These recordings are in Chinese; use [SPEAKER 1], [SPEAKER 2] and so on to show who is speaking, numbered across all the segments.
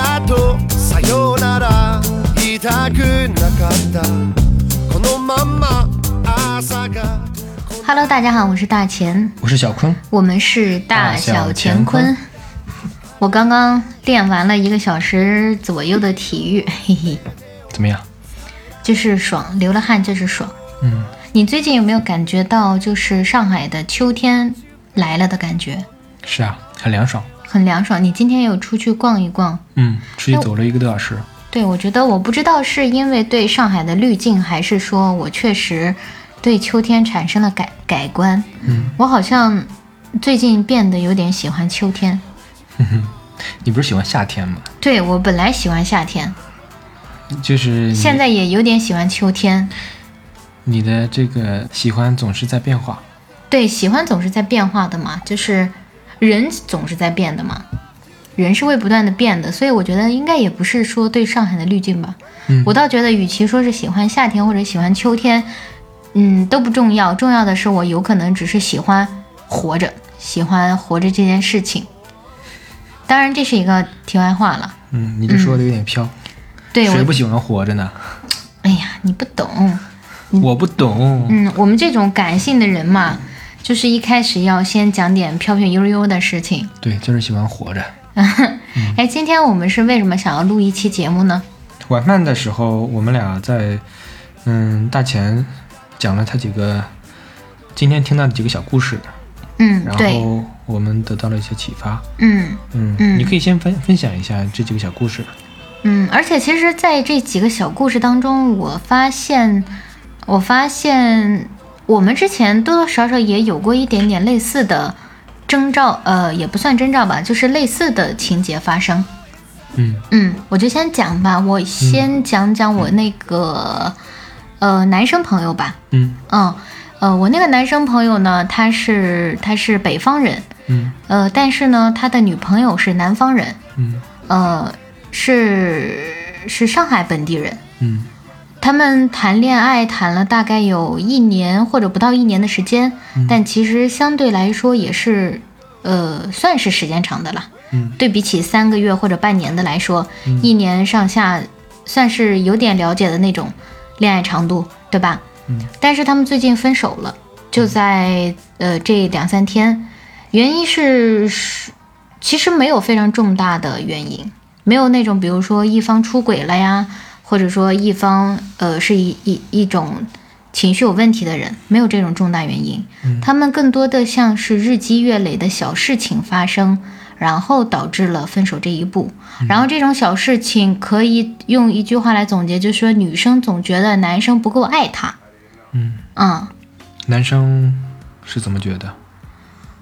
[SPEAKER 1] あとさよなら言いたくなかったこのまんま朝が
[SPEAKER 2] Hello，大家好，我是大钱，
[SPEAKER 3] 我是小坤，
[SPEAKER 2] 我们是大小乾坤。我刚刚练完了一个小时左右的体育，嘿嘿，
[SPEAKER 3] 怎么样？
[SPEAKER 2] 就是爽，流了汗就是爽。
[SPEAKER 3] 嗯，
[SPEAKER 2] 你最近有没有感觉到就是上海的秋天来了的感觉？
[SPEAKER 3] 是啊，很凉爽。
[SPEAKER 2] 很凉爽。你今天有出去逛一逛？
[SPEAKER 3] 嗯，出去走了一个多小时。
[SPEAKER 2] 对，我觉得我不知道是因为对上海的滤镜，还是说我确实对秋天产生了改改观。
[SPEAKER 3] 嗯，
[SPEAKER 2] 我好像最近变得有点喜欢秋天。
[SPEAKER 3] 你不是喜欢夏天吗？
[SPEAKER 2] 对我本来喜欢夏天，
[SPEAKER 3] 就是你
[SPEAKER 2] 现在也有点喜欢秋天。
[SPEAKER 3] 你的这个喜欢总是在变化。
[SPEAKER 2] 对，喜欢总是在变化的嘛，就是人总是在变的嘛，人是会不断的变的，所以我觉得应该也不是说对上海的滤镜吧。
[SPEAKER 3] 嗯
[SPEAKER 2] 我倒觉得，与其说是喜欢夏天或者喜欢秋天，嗯，都不重要，重要的是我有可能只是喜欢活着，喜欢活着这件事情。当然，这是一个题外话了。
[SPEAKER 3] 嗯，你这说的有点飘。
[SPEAKER 2] 嗯对
[SPEAKER 3] 谁不
[SPEAKER 2] 我，
[SPEAKER 3] 喜欢活着呢？
[SPEAKER 2] 哎呀，你不懂。
[SPEAKER 3] 我不懂。
[SPEAKER 2] 嗯，我们这种感性的人嘛，就是一开始要先讲点飘飘悠悠的事情。
[SPEAKER 3] 对，就是喜欢活着。
[SPEAKER 2] 哎，今天我们是为什么想要录一期节目呢？
[SPEAKER 3] 晚饭的时候，我们俩在嗯大前讲了他几个今天听到的几个小故事，
[SPEAKER 2] 嗯，
[SPEAKER 3] 然
[SPEAKER 2] 对，
[SPEAKER 3] 后我们得到了一些启发。
[SPEAKER 2] 嗯
[SPEAKER 3] 嗯，
[SPEAKER 2] 嗯
[SPEAKER 3] 你可以先分分享一下这几个小故事。
[SPEAKER 2] 嗯，而且其实，在这几个小故事当中，我发现，我发现我们之前多多少少也有过一点点类似的征兆，呃，也不算征兆吧，就是类似的情节发生。
[SPEAKER 3] 嗯
[SPEAKER 2] 嗯，我就先讲吧，我先讲讲我那个、呃男生朋友吧。
[SPEAKER 3] 嗯
[SPEAKER 2] 嗯，呃，我那个男生朋友呢，他是他是北方人，
[SPEAKER 3] 嗯
[SPEAKER 2] 呃，但是呢，他的女朋友是南方人，
[SPEAKER 3] 嗯
[SPEAKER 2] 呃，是是上海本地人。
[SPEAKER 3] 嗯
[SPEAKER 2] 他们谈恋爱谈了大概有一年或者不到一年的时间，
[SPEAKER 3] 嗯
[SPEAKER 2] 但其实相对来说也是，呃，算是时间长的了。
[SPEAKER 3] 嗯
[SPEAKER 2] 对比起三个月或者半年的来说，一年上下算是有点了解的那种恋爱长度，对吧？
[SPEAKER 3] 嗯。
[SPEAKER 2] 但是他们最近分手了，就在呃这两三天，原因是是其实没有非常重大的原因，没有那种比如说一方出轨了呀，或者说一方呃是一一一种情绪有问题的人，没有这种重大原因。他们更多的像是日积月累的小事情发生，然后导致了分手这一步。然后这种小事情可以用一句话来总结，就是说女生总觉得男生不够爱她。
[SPEAKER 3] 嗯
[SPEAKER 2] 嗯
[SPEAKER 3] 男生是怎么觉得？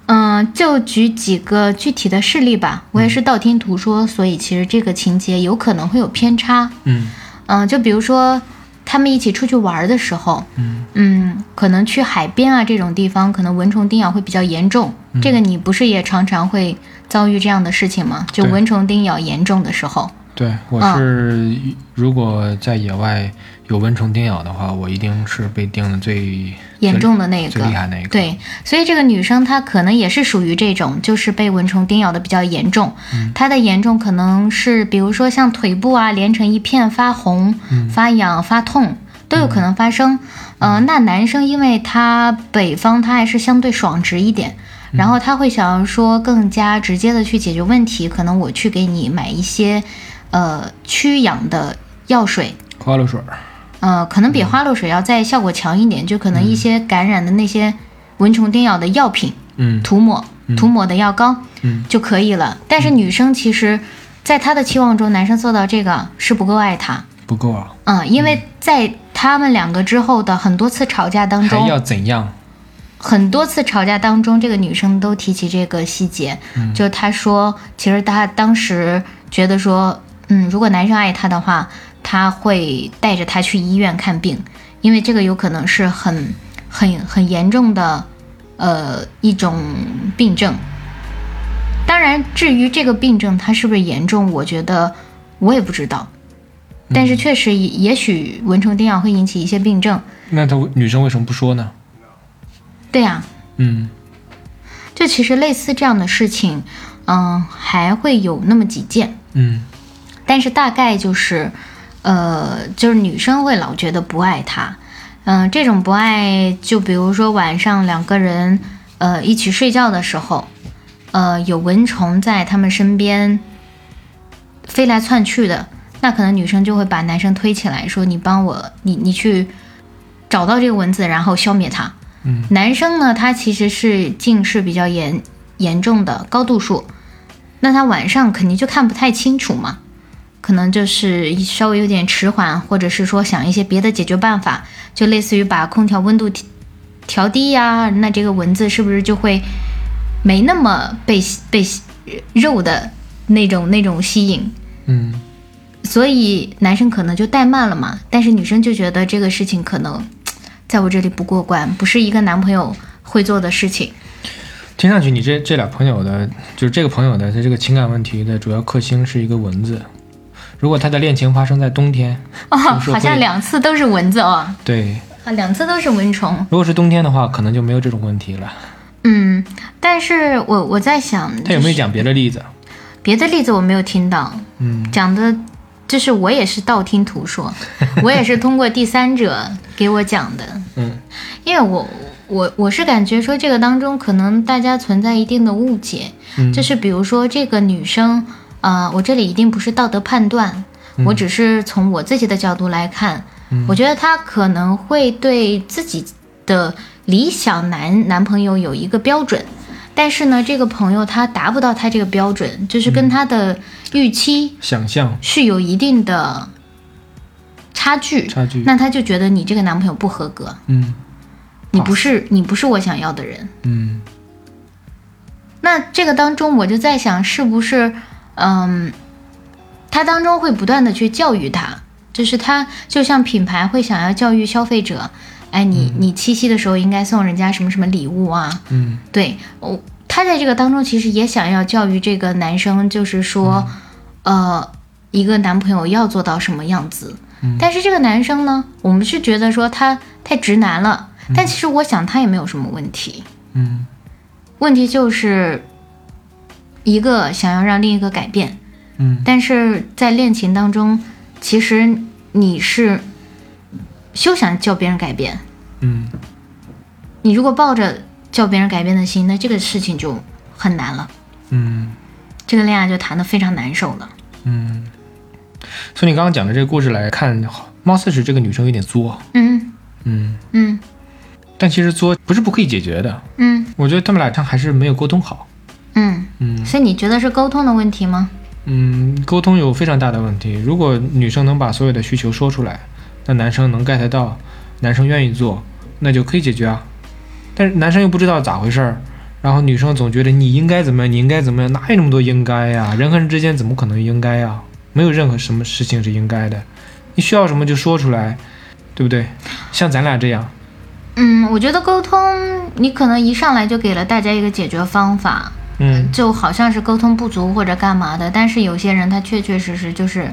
[SPEAKER 2] 嗯，就举几个具体的事例吧。我
[SPEAKER 3] 嗯
[SPEAKER 2] 也是道听途说，所以其实这个情节有可能会有偏差。
[SPEAKER 3] 嗯
[SPEAKER 2] 嗯，就比如说他们一起出去玩的时候，
[SPEAKER 3] 嗯
[SPEAKER 2] 嗯，可能去海边啊这种地方，可能蚊虫叮咬会比较严重。
[SPEAKER 3] 嗯
[SPEAKER 2] 这个你不是也常常会遭遇这样的事情吗？就
[SPEAKER 3] 对
[SPEAKER 2] 蚊虫叮咬严重的时候，
[SPEAKER 3] 对，我是、
[SPEAKER 2] 嗯
[SPEAKER 3] 如果在野外有蚊虫叮咬的话，我一定是被叮的最
[SPEAKER 2] 严重的那个
[SPEAKER 3] 最厉害那个。，
[SPEAKER 2] 对，所以这个女生她可能也是属于这种，就是被蚊虫叮咬的比较严重。她的严重可能是，比如说像腿部啊连成一片发红、发痒、发痛都有可能发生。呃，那男生因为他北方他还是相对爽直一点，然后他会想要说更加直接的去解决问题，可能我去给你买一些呃驱痒的药水，
[SPEAKER 3] 花露水儿。
[SPEAKER 2] 呃，可能比
[SPEAKER 3] 嗯
[SPEAKER 2] 花露水要再效果强一点，就可能一些感染的那些蚊虫叮咬的药品、
[SPEAKER 3] 嗯
[SPEAKER 2] 涂抹、涂抹的药膏
[SPEAKER 3] 嗯
[SPEAKER 2] 就可以了。但是女生其实，在她的期望中，男生做到这个是不够爱她，
[SPEAKER 3] 不够啊，
[SPEAKER 2] 嗯，因为在他们两个之后的很多次吵架当
[SPEAKER 3] 还
[SPEAKER 2] 中，
[SPEAKER 3] 要怎样？
[SPEAKER 2] 很多次吵架当中，这个女生都提起这个细节，就她说，其实她当时觉得说，嗯，如果男生爱她的话，她会带着她去医院看病，因为这个有可能是很很很严重的，呃，一种病症。当然，至于这个病症它是不是严重，我觉得我也不知道，但是确实也也许蚊虫叮咬啊会引起一些病症。
[SPEAKER 3] 那他女生为什么不说呢？
[SPEAKER 2] 对啊呀、
[SPEAKER 3] 嗯
[SPEAKER 2] 就其实类似这样的事情，嗯、还会有那么几件。
[SPEAKER 3] 嗯
[SPEAKER 2] 但是大概就是，呃，就是女生会老觉得不爱他，嗯、这种不爱，就比如说晚上两个人，呃，一起睡觉的时候，呃，有蚊虫在他们身边飞来窜去的，那可能女生就会把男生推起来，说你帮我，你你去找到这个蚊子，然后消灭它。
[SPEAKER 3] 嗯，
[SPEAKER 2] 男生呢，他其实是近视比较严严重的高度数，那他晚上肯定就看不太清楚嘛，可能就是稍微有点迟缓，或者是说想一些别的解决办法，就类似于把空调温度调调低呀、那这个蚊子是不是就会没那么被被呃肉的那种那种吸引？
[SPEAKER 3] 嗯
[SPEAKER 2] 所以男生可能就怠慢了嘛，但是女生就觉得这个事情可能在我这里不过关，不是一个男朋友会做的事情。
[SPEAKER 3] 听上去你这这俩朋友的，就是这个朋友的，他这个情感问题的主要克星是一个蚊子。如果他的恋情发生在冬天，
[SPEAKER 2] 哦，
[SPEAKER 3] 是不是会
[SPEAKER 2] 好像两次都是蚊子哦，
[SPEAKER 3] 对，
[SPEAKER 2] 啊，两次都是蚊虫。
[SPEAKER 3] 如果是冬天的话，可能就没有这种问题了。
[SPEAKER 2] 嗯，但是我我在想，
[SPEAKER 3] 他有没有讲别的例子？
[SPEAKER 2] 别的例子我没有听到，
[SPEAKER 3] 嗯，
[SPEAKER 2] 讲的就是我也是道听途 说，我也是通过第三者给我讲的。
[SPEAKER 3] 嗯，
[SPEAKER 2] 因为我我我是感觉说这个当中可能大家存在一定的误解，
[SPEAKER 3] 嗯
[SPEAKER 2] 就是比如说这个女生，呃，我这里一定不是道德判断，
[SPEAKER 3] 嗯
[SPEAKER 2] 我只是从我自己的角度来看，我觉得她可能会对自己的理想男男朋友有一个标准。但是呢，这个朋友他达不到他这个标准，就是跟他的预期
[SPEAKER 3] 想象
[SPEAKER 2] 是有一定的差距，
[SPEAKER 3] 差距。
[SPEAKER 2] 那他就觉得你这个男朋友不合格，
[SPEAKER 3] 嗯
[SPEAKER 2] 你不是你不是我想要的人。
[SPEAKER 3] 嗯
[SPEAKER 2] 那这个当中，我就在想，是不是，嗯，他当中会不断的去教育他，就是他就像品牌会想要教育消费者，哎，你你七夕的时候应该送人家什么什么礼物啊？
[SPEAKER 3] 嗯
[SPEAKER 2] 对，哦，他在这个当中其实也想要教育这个男生，就是说，呃，一个男朋友要做到什么样子。但是这个男生呢，我们是觉得说他太直男了，但其实我想他也没有什么问题。
[SPEAKER 3] 嗯
[SPEAKER 2] 问题就是一个想要让另一个改变，
[SPEAKER 3] 嗯
[SPEAKER 2] 但是在恋情当中，其实你是休想叫别人改变。
[SPEAKER 3] 嗯，
[SPEAKER 2] 你如果抱着叫别人改变的心，那这个事情就很难了，
[SPEAKER 3] 嗯
[SPEAKER 2] 这个恋爱就谈得非常难受了。
[SPEAKER 3] 嗯。从你刚刚讲的这个故事来看，好貌似是这个女生有点作。
[SPEAKER 2] 嗯
[SPEAKER 3] 嗯，
[SPEAKER 2] 嗯
[SPEAKER 3] 但其实作不是不可以解决的。
[SPEAKER 2] 嗯
[SPEAKER 3] 我觉得他们俩他还是没有沟通好。
[SPEAKER 2] 嗯，
[SPEAKER 3] 嗯
[SPEAKER 2] 所以你觉得是沟通的问题吗？
[SPEAKER 3] 嗯，沟通有非常大的问题。如果女生能把所有的需求说出来，那男生能 get 到，男生愿意做，那就可以解决啊。但是男生又不知道咋回事儿，然后女生总觉得你应该怎么样，你应该怎么样，哪有那么多应该呀？人和人之间怎么可能应该呀？没有任何什么事情是应该的，你需要什么就说出来，对不对？像咱俩这样，
[SPEAKER 2] 嗯，我觉得沟通，你可能一上来就给了大家一个解决方法，
[SPEAKER 3] 嗯
[SPEAKER 2] 就好像是沟通不足或者干嘛的，但是有些人他确确实实就是，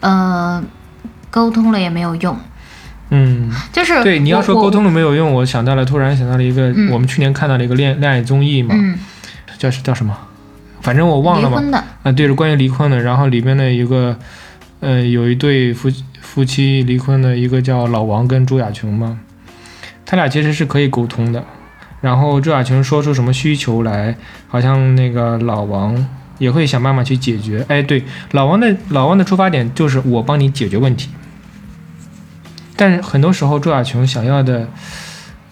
[SPEAKER 2] 呃，沟通了也没有用，
[SPEAKER 3] 嗯。
[SPEAKER 2] 就是
[SPEAKER 3] 对，你要
[SPEAKER 2] 我
[SPEAKER 3] 说
[SPEAKER 2] 我
[SPEAKER 3] 沟通了没有用，我想到了，突然想到了一个，
[SPEAKER 2] 嗯
[SPEAKER 3] 我们去年看到了一个恋恋爱综艺嘛，
[SPEAKER 2] 嗯，
[SPEAKER 3] 叫是叫什么？反正我忘
[SPEAKER 2] 离
[SPEAKER 3] 了嘛。
[SPEAKER 2] 婚的，
[SPEAKER 3] 啊，对，是关于离婚的。然后里面的一个，呃，有一对夫夫妻离婚的，一个叫老王跟朱亚琼嘛，他俩其实是可以沟通的。然后朱亚琼说出什么需求来，好像那个老王也会想办法去解决。哎，对，老王的老王的出发点就是我帮你解决问题。但是很多时候，朱亚琼想要的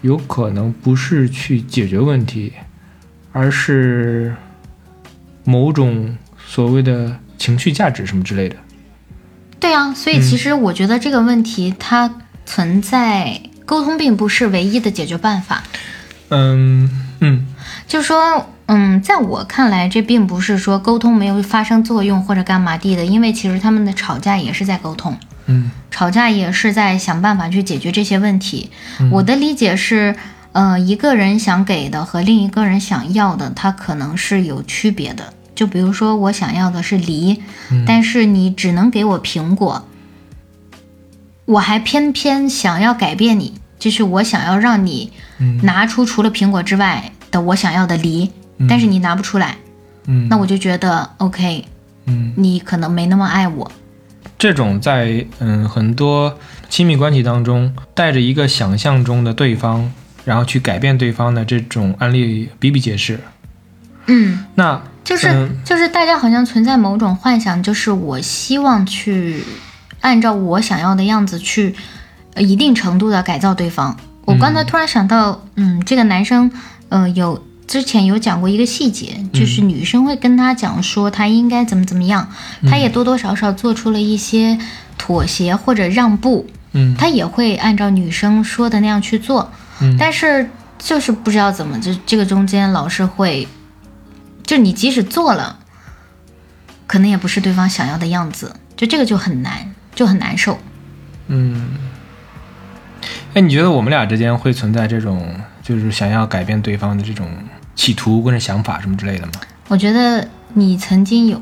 [SPEAKER 3] 有可能不是去解决问题，而是某种所谓的情绪价值什么之类的。
[SPEAKER 2] 对啊，所以其
[SPEAKER 3] 嗯
[SPEAKER 2] 实我觉得这个问题它存在，沟通并不是唯一的解决办法，
[SPEAKER 3] 嗯嗯
[SPEAKER 2] 就说，嗯，在我看来，这并不是说沟通没有发生作用或者干嘛地的，因为其实他们的吵架也是在沟通，
[SPEAKER 3] 嗯
[SPEAKER 2] 吵架也是在想办法去解决这些问题。我的理解是，呃，一个人想给的和另一个人想要的，它可能是有区别的。就比如说，我想要的是梨，但是你只能给我苹果，我还偏偏想要改变你，就是我想要让你拿出除了苹果之外的我想要的梨，但是你拿不出来，
[SPEAKER 3] 嗯，
[SPEAKER 2] 那我就觉得 OK，
[SPEAKER 3] 嗯，
[SPEAKER 2] 你可能没那么爱我。
[SPEAKER 3] 这种在嗯很多亲密关系当中，带着一个想象中的对方，然后去改变对方的这种案例比比皆是。
[SPEAKER 2] 嗯，
[SPEAKER 3] 那
[SPEAKER 2] 就是、
[SPEAKER 3] 嗯
[SPEAKER 2] 就是大家好像存在某种幻想，就是我希望去按照我想要的样子去呃一定程度的改造对方。我刚才突然想到，嗯，这个男生，呃，有之前有讲过一个细节，就是
[SPEAKER 3] 嗯
[SPEAKER 2] 女生会跟他讲说他应该怎么怎么样，他也多多少少做出了一些妥协或者让步，
[SPEAKER 3] 嗯
[SPEAKER 2] 他也会按照女生说的那样去做，
[SPEAKER 3] 嗯
[SPEAKER 2] 但是就是不知道怎么，就这个中间老是会，就你即使做了，可能也不是对方想要的样子，就这个就很难，就很难受。
[SPEAKER 3] 嗯，哎，你觉得我们俩之间会存在这种就是想要改变对方的这种企图或者想法什么之类的吗？
[SPEAKER 2] 我觉得你曾经有，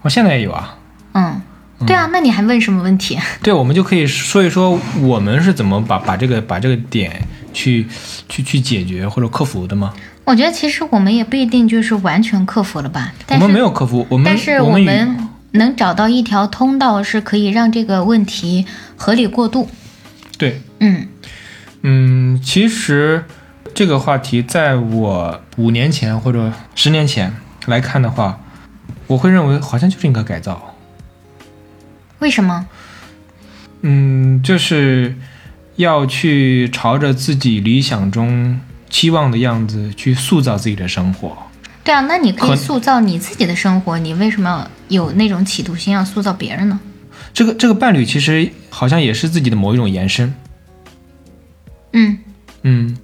[SPEAKER 3] 我现在也有啊。
[SPEAKER 2] 嗯，对啊，那你还问什么问题？
[SPEAKER 3] 对，我们就可以说一说我们是怎么把把这个把这个点去去去解决或者克服的吗？
[SPEAKER 2] 我觉得其实我们也不一定就是完全克服了吧，
[SPEAKER 3] 我
[SPEAKER 2] 但
[SPEAKER 3] 们没
[SPEAKER 2] 是
[SPEAKER 3] 有克服，我们
[SPEAKER 2] 但是
[SPEAKER 3] 我
[SPEAKER 2] 我
[SPEAKER 3] 与
[SPEAKER 2] 们能找到一条通道，是可以让这个问题合理过渡。
[SPEAKER 3] 对，
[SPEAKER 2] 嗯
[SPEAKER 3] 嗯，其实这个话题在我五年前或者十年前来看的话，我会认为好像就是应该改造。
[SPEAKER 2] 为什么？
[SPEAKER 3] 嗯，就是要去朝着自己理想中期望的样子去塑造自己的生活。
[SPEAKER 2] 对啊，那你可
[SPEAKER 3] 可
[SPEAKER 2] 以塑造你自己的生活，你为什么要有那种企图心要塑造别人呢？
[SPEAKER 3] 这个这个伴侣其实好像也是自己的某一种延伸。
[SPEAKER 2] 嗯，
[SPEAKER 3] 嗯，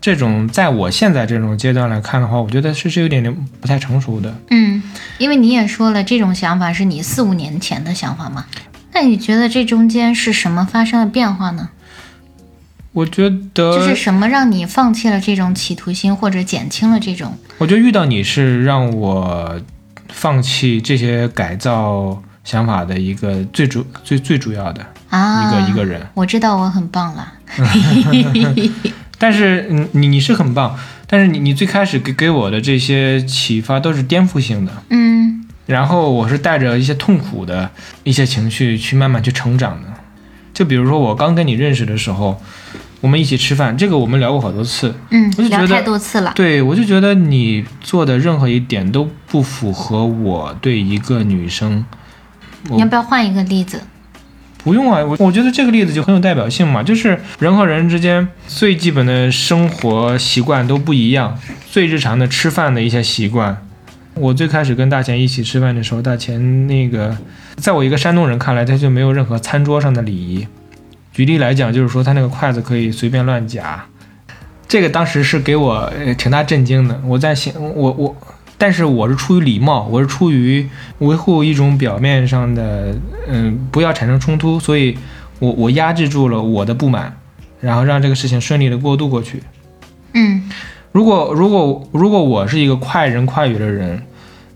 [SPEAKER 3] 这种在我现在这种阶段来看的话，我觉得是是有点点不太成熟的。
[SPEAKER 2] 嗯，因为你也说了，这种想法是你四五年前的想法嘛。那你觉得这中间是什么发生了变化呢？
[SPEAKER 3] 我觉得
[SPEAKER 2] 就是什么让你放弃了这种企图心，或者减轻了这种？
[SPEAKER 3] 我觉得遇到你是让我放弃这些改造想法的一个最主最最主要的
[SPEAKER 2] 啊，
[SPEAKER 3] 一个、一个人。
[SPEAKER 2] 我知道我很棒了。
[SPEAKER 3] 但是嗯你你是很棒，但是你你最开始给给我的这些启发都是颠覆性的，
[SPEAKER 2] 嗯，
[SPEAKER 3] 然后我是带着一些痛苦的一些情绪去慢慢去成长的。就比如说我刚跟你认识的时候，我们一起吃饭，这个我们聊过好多次，
[SPEAKER 2] 嗯
[SPEAKER 3] 我就，觉
[SPEAKER 2] 聊
[SPEAKER 3] 得
[SPEAKER 2] 太多次了。
[SPEAKER 3] 对我就觉得你做的任何一点都不符合我对一个女生。我
[SPEAKER 2] 你要不要换一个例子？
[SPEAKER 3] 不用啊，我我觉得这个例子就很有代表性嘛，就是人和人之间最基本的生活习惯都不一样，最日常的吃饭的一些习惯。我最开始跟大钱一起吃饭的时候，大钱那个，在我一个山东人看来，他就没有任何餐桌上的礼仪。举例来讲，就是说他那个筷子可以随便乱夹，这个当时是给我呃挺大震惊的。我在想，我我，但是我是出于礼貌，我是出于维护一种表面上的嗯，不要产生冲突，所以我我压制住了我的不满，然后让这个事情顺利的过渡过去。
[SPEAKER 2] 嗯
[SPEAKER 3] 如果如果如果我是一个快人快语的人，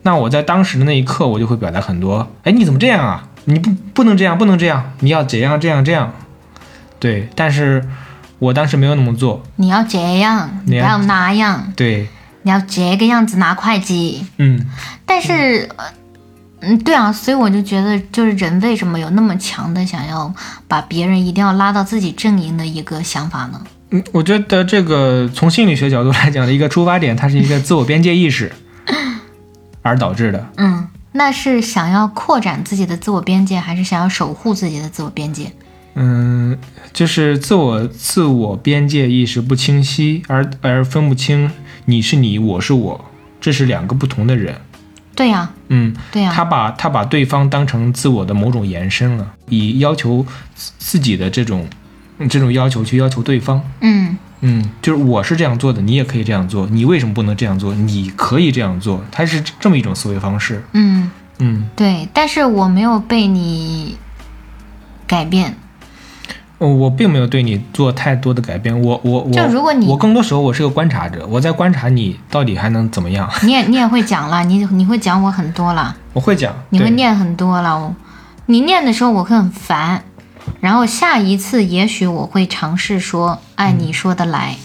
[SPEAKER 3] 那我在当时的那一刻，我就会表达很多，哎，你怎么这样啊？你不不能这样，不能这样，你要怎样这样这样。对，但是我当时没有那么做。
[SPEAKER 2] 你要这样，你
[SPEAKER 3] 你
[SPEAKER 2] 不
[SPEAKER 3] 要
[SPEAKER 2] 要那样，
[SPEAKER 3] 对，
[SPEAKER 2] 你要这个样子拿会计。
[SPEAKER 3] 嗯，
[SPEAKER 2] 但是，呃嗯，对啊，所以我就觉得，就是人为什么有那么强的想要把别人一定要拉到自己阵营的一个想法呢？
[SPEAKER 3] 嗯，我觉得这个从心理学角度来讲的一个出发点，它是一个自我边界意识而导致的。
[SPEAKER 2] 嗯，那是想要扩展自己的自我边界，还是想要守护自己的自我边界？
[SPEAKER 3] 嗯，就是自我自我边界意识不清晰，而而分不清你是你，我是我，这是两个不同的人。
[SPEAKER 2] 对呀、
[SPEAKER 3] 嗯，
[SPEAKER 2] 对呀、
[SPEAKER 3] 他把他把对方当成自我的某种延伸了，以要求自自己的这种嗯这种要求去要求对方。
[SPEAKER 2] 嗯
[SPEAKER 3] 嗯，就是我是这样做的，你也可以这样做，你为什么不能这样做？你可以这样做，它是这么一种思维方式。
[SPEAKER 2] 嗯，
[SPEAKER 3] 嗯，
[SPEAKER 2] 对。但是我没有被你改变，
[SPEAKER 3] 呃我并没有对你做太多的改变，我我我，
[SPEAKER 2] 就如果你
[SPEAKER 3] 我更多时候我是个观察者，我在观察你到底还能怎么样。
[SPEAKER 2] 你也你也会讲了，你你会讲我很多了。
[SPEAKER 3] 我会讲，
[SPEAKER 2] 你会
[SPEAKER 3] 对，
[SPEAKER 2] 念很多了，我你念的时候我会很烦，然后下一次也许我会尝试说，哎，你说的来，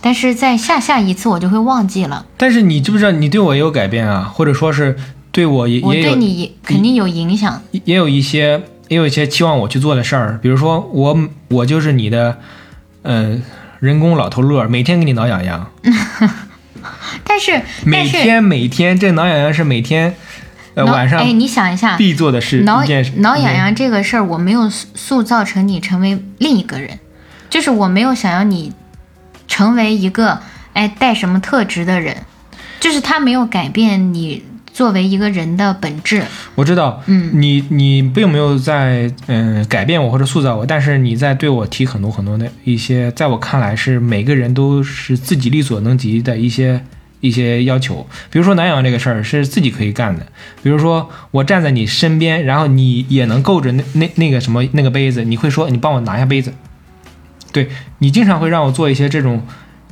[SPEAKER 2] 但是在下下一次我就会忘记了。
[SPEAKER 3] 但是你知不知道你对我也有改变啊？或者说是对我也
[SPEAKER 2] 我
[SPEAKER 3] 也
[SPEAKER 2] 对
[SPEAKER 3] 有
[SPEAKER 2] 你肯定有影响。
[SPEAKER 3] 也有一些也有一些期望我去做的事儿，比如说我我就是你的，嗯、人工老头乐儿，每天给你挠痒痒，
[SPEAKER 2] 但是，但
[SPEAKER 3] 每
[SPEAKER 2] 是
[SPEAKER 3] 天每天这挠痒痒是每天，呃
[SPEAKER 2] 挠
[SPEAKER 3] 晚
[SPEAKER 2] 哎，
[SPEAKER 3] 上
[SPEAKER 2] 你想一下，
[SPEAKER 3] 必做的事
[SPEAKER 2] 挠
[SPEAKER 3] 一件事。嗯
[SPEAKER 2] 挠痒痒这个事儿，我没有塑塑造成你成为另一个人，就是我没有想要你成为一个哎带什么特质的人，就是他没有改变你作为一个人的本质。
[SPEAKER 3] 我知道，
[SPEAKER 2] 嗯，
[SPEAKER 3] 你你并没有在嗯、改变我或者塑造我，但是你在对我提很多很多的一些，在我看来是每个人都是自己力所能及的一些一些要求。比如说南阳这个事儿是自己可以干的，比如说我站在你身边，然后你也能够着那那那个什么那个杯子，你会说你帮我拿一下杯子，对你经常会让我做一些这种。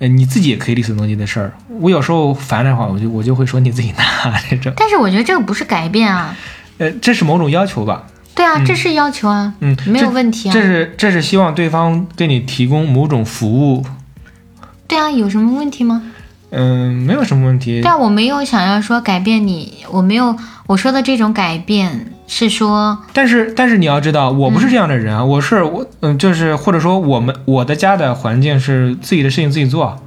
[SPEAKER 3] 呃，你自己也可以力所能及的事儿。我有时候烦的话，我就我就会说你自己拿这种，
[SPEAKER 2] 但是我觉得这个不是改变啊，
[SPEAKER 3] 呃，这是某种要求吧？
[SPEAKER 2] 对啊，这是要求啊，
[SPEAKER 3] 嗯，
[SPEAKER 2] 没有问题啊
[SPEAKER 3] 这。是这是希望对方对你提供某种服务，
[SPEAKER 2] 对啊，有什么问题吗？
[SPEAKER 3] 嗯、没有什么问题。
[SPEAKER 2] 但我没有想要说改变你，我没有我说的这种改变是说，
[SPEAKER 3] 但是但是你要知道，我不是这样的人啊，我是我嗯、就是或者说我们我的家的环境是自己的事情自己做。啊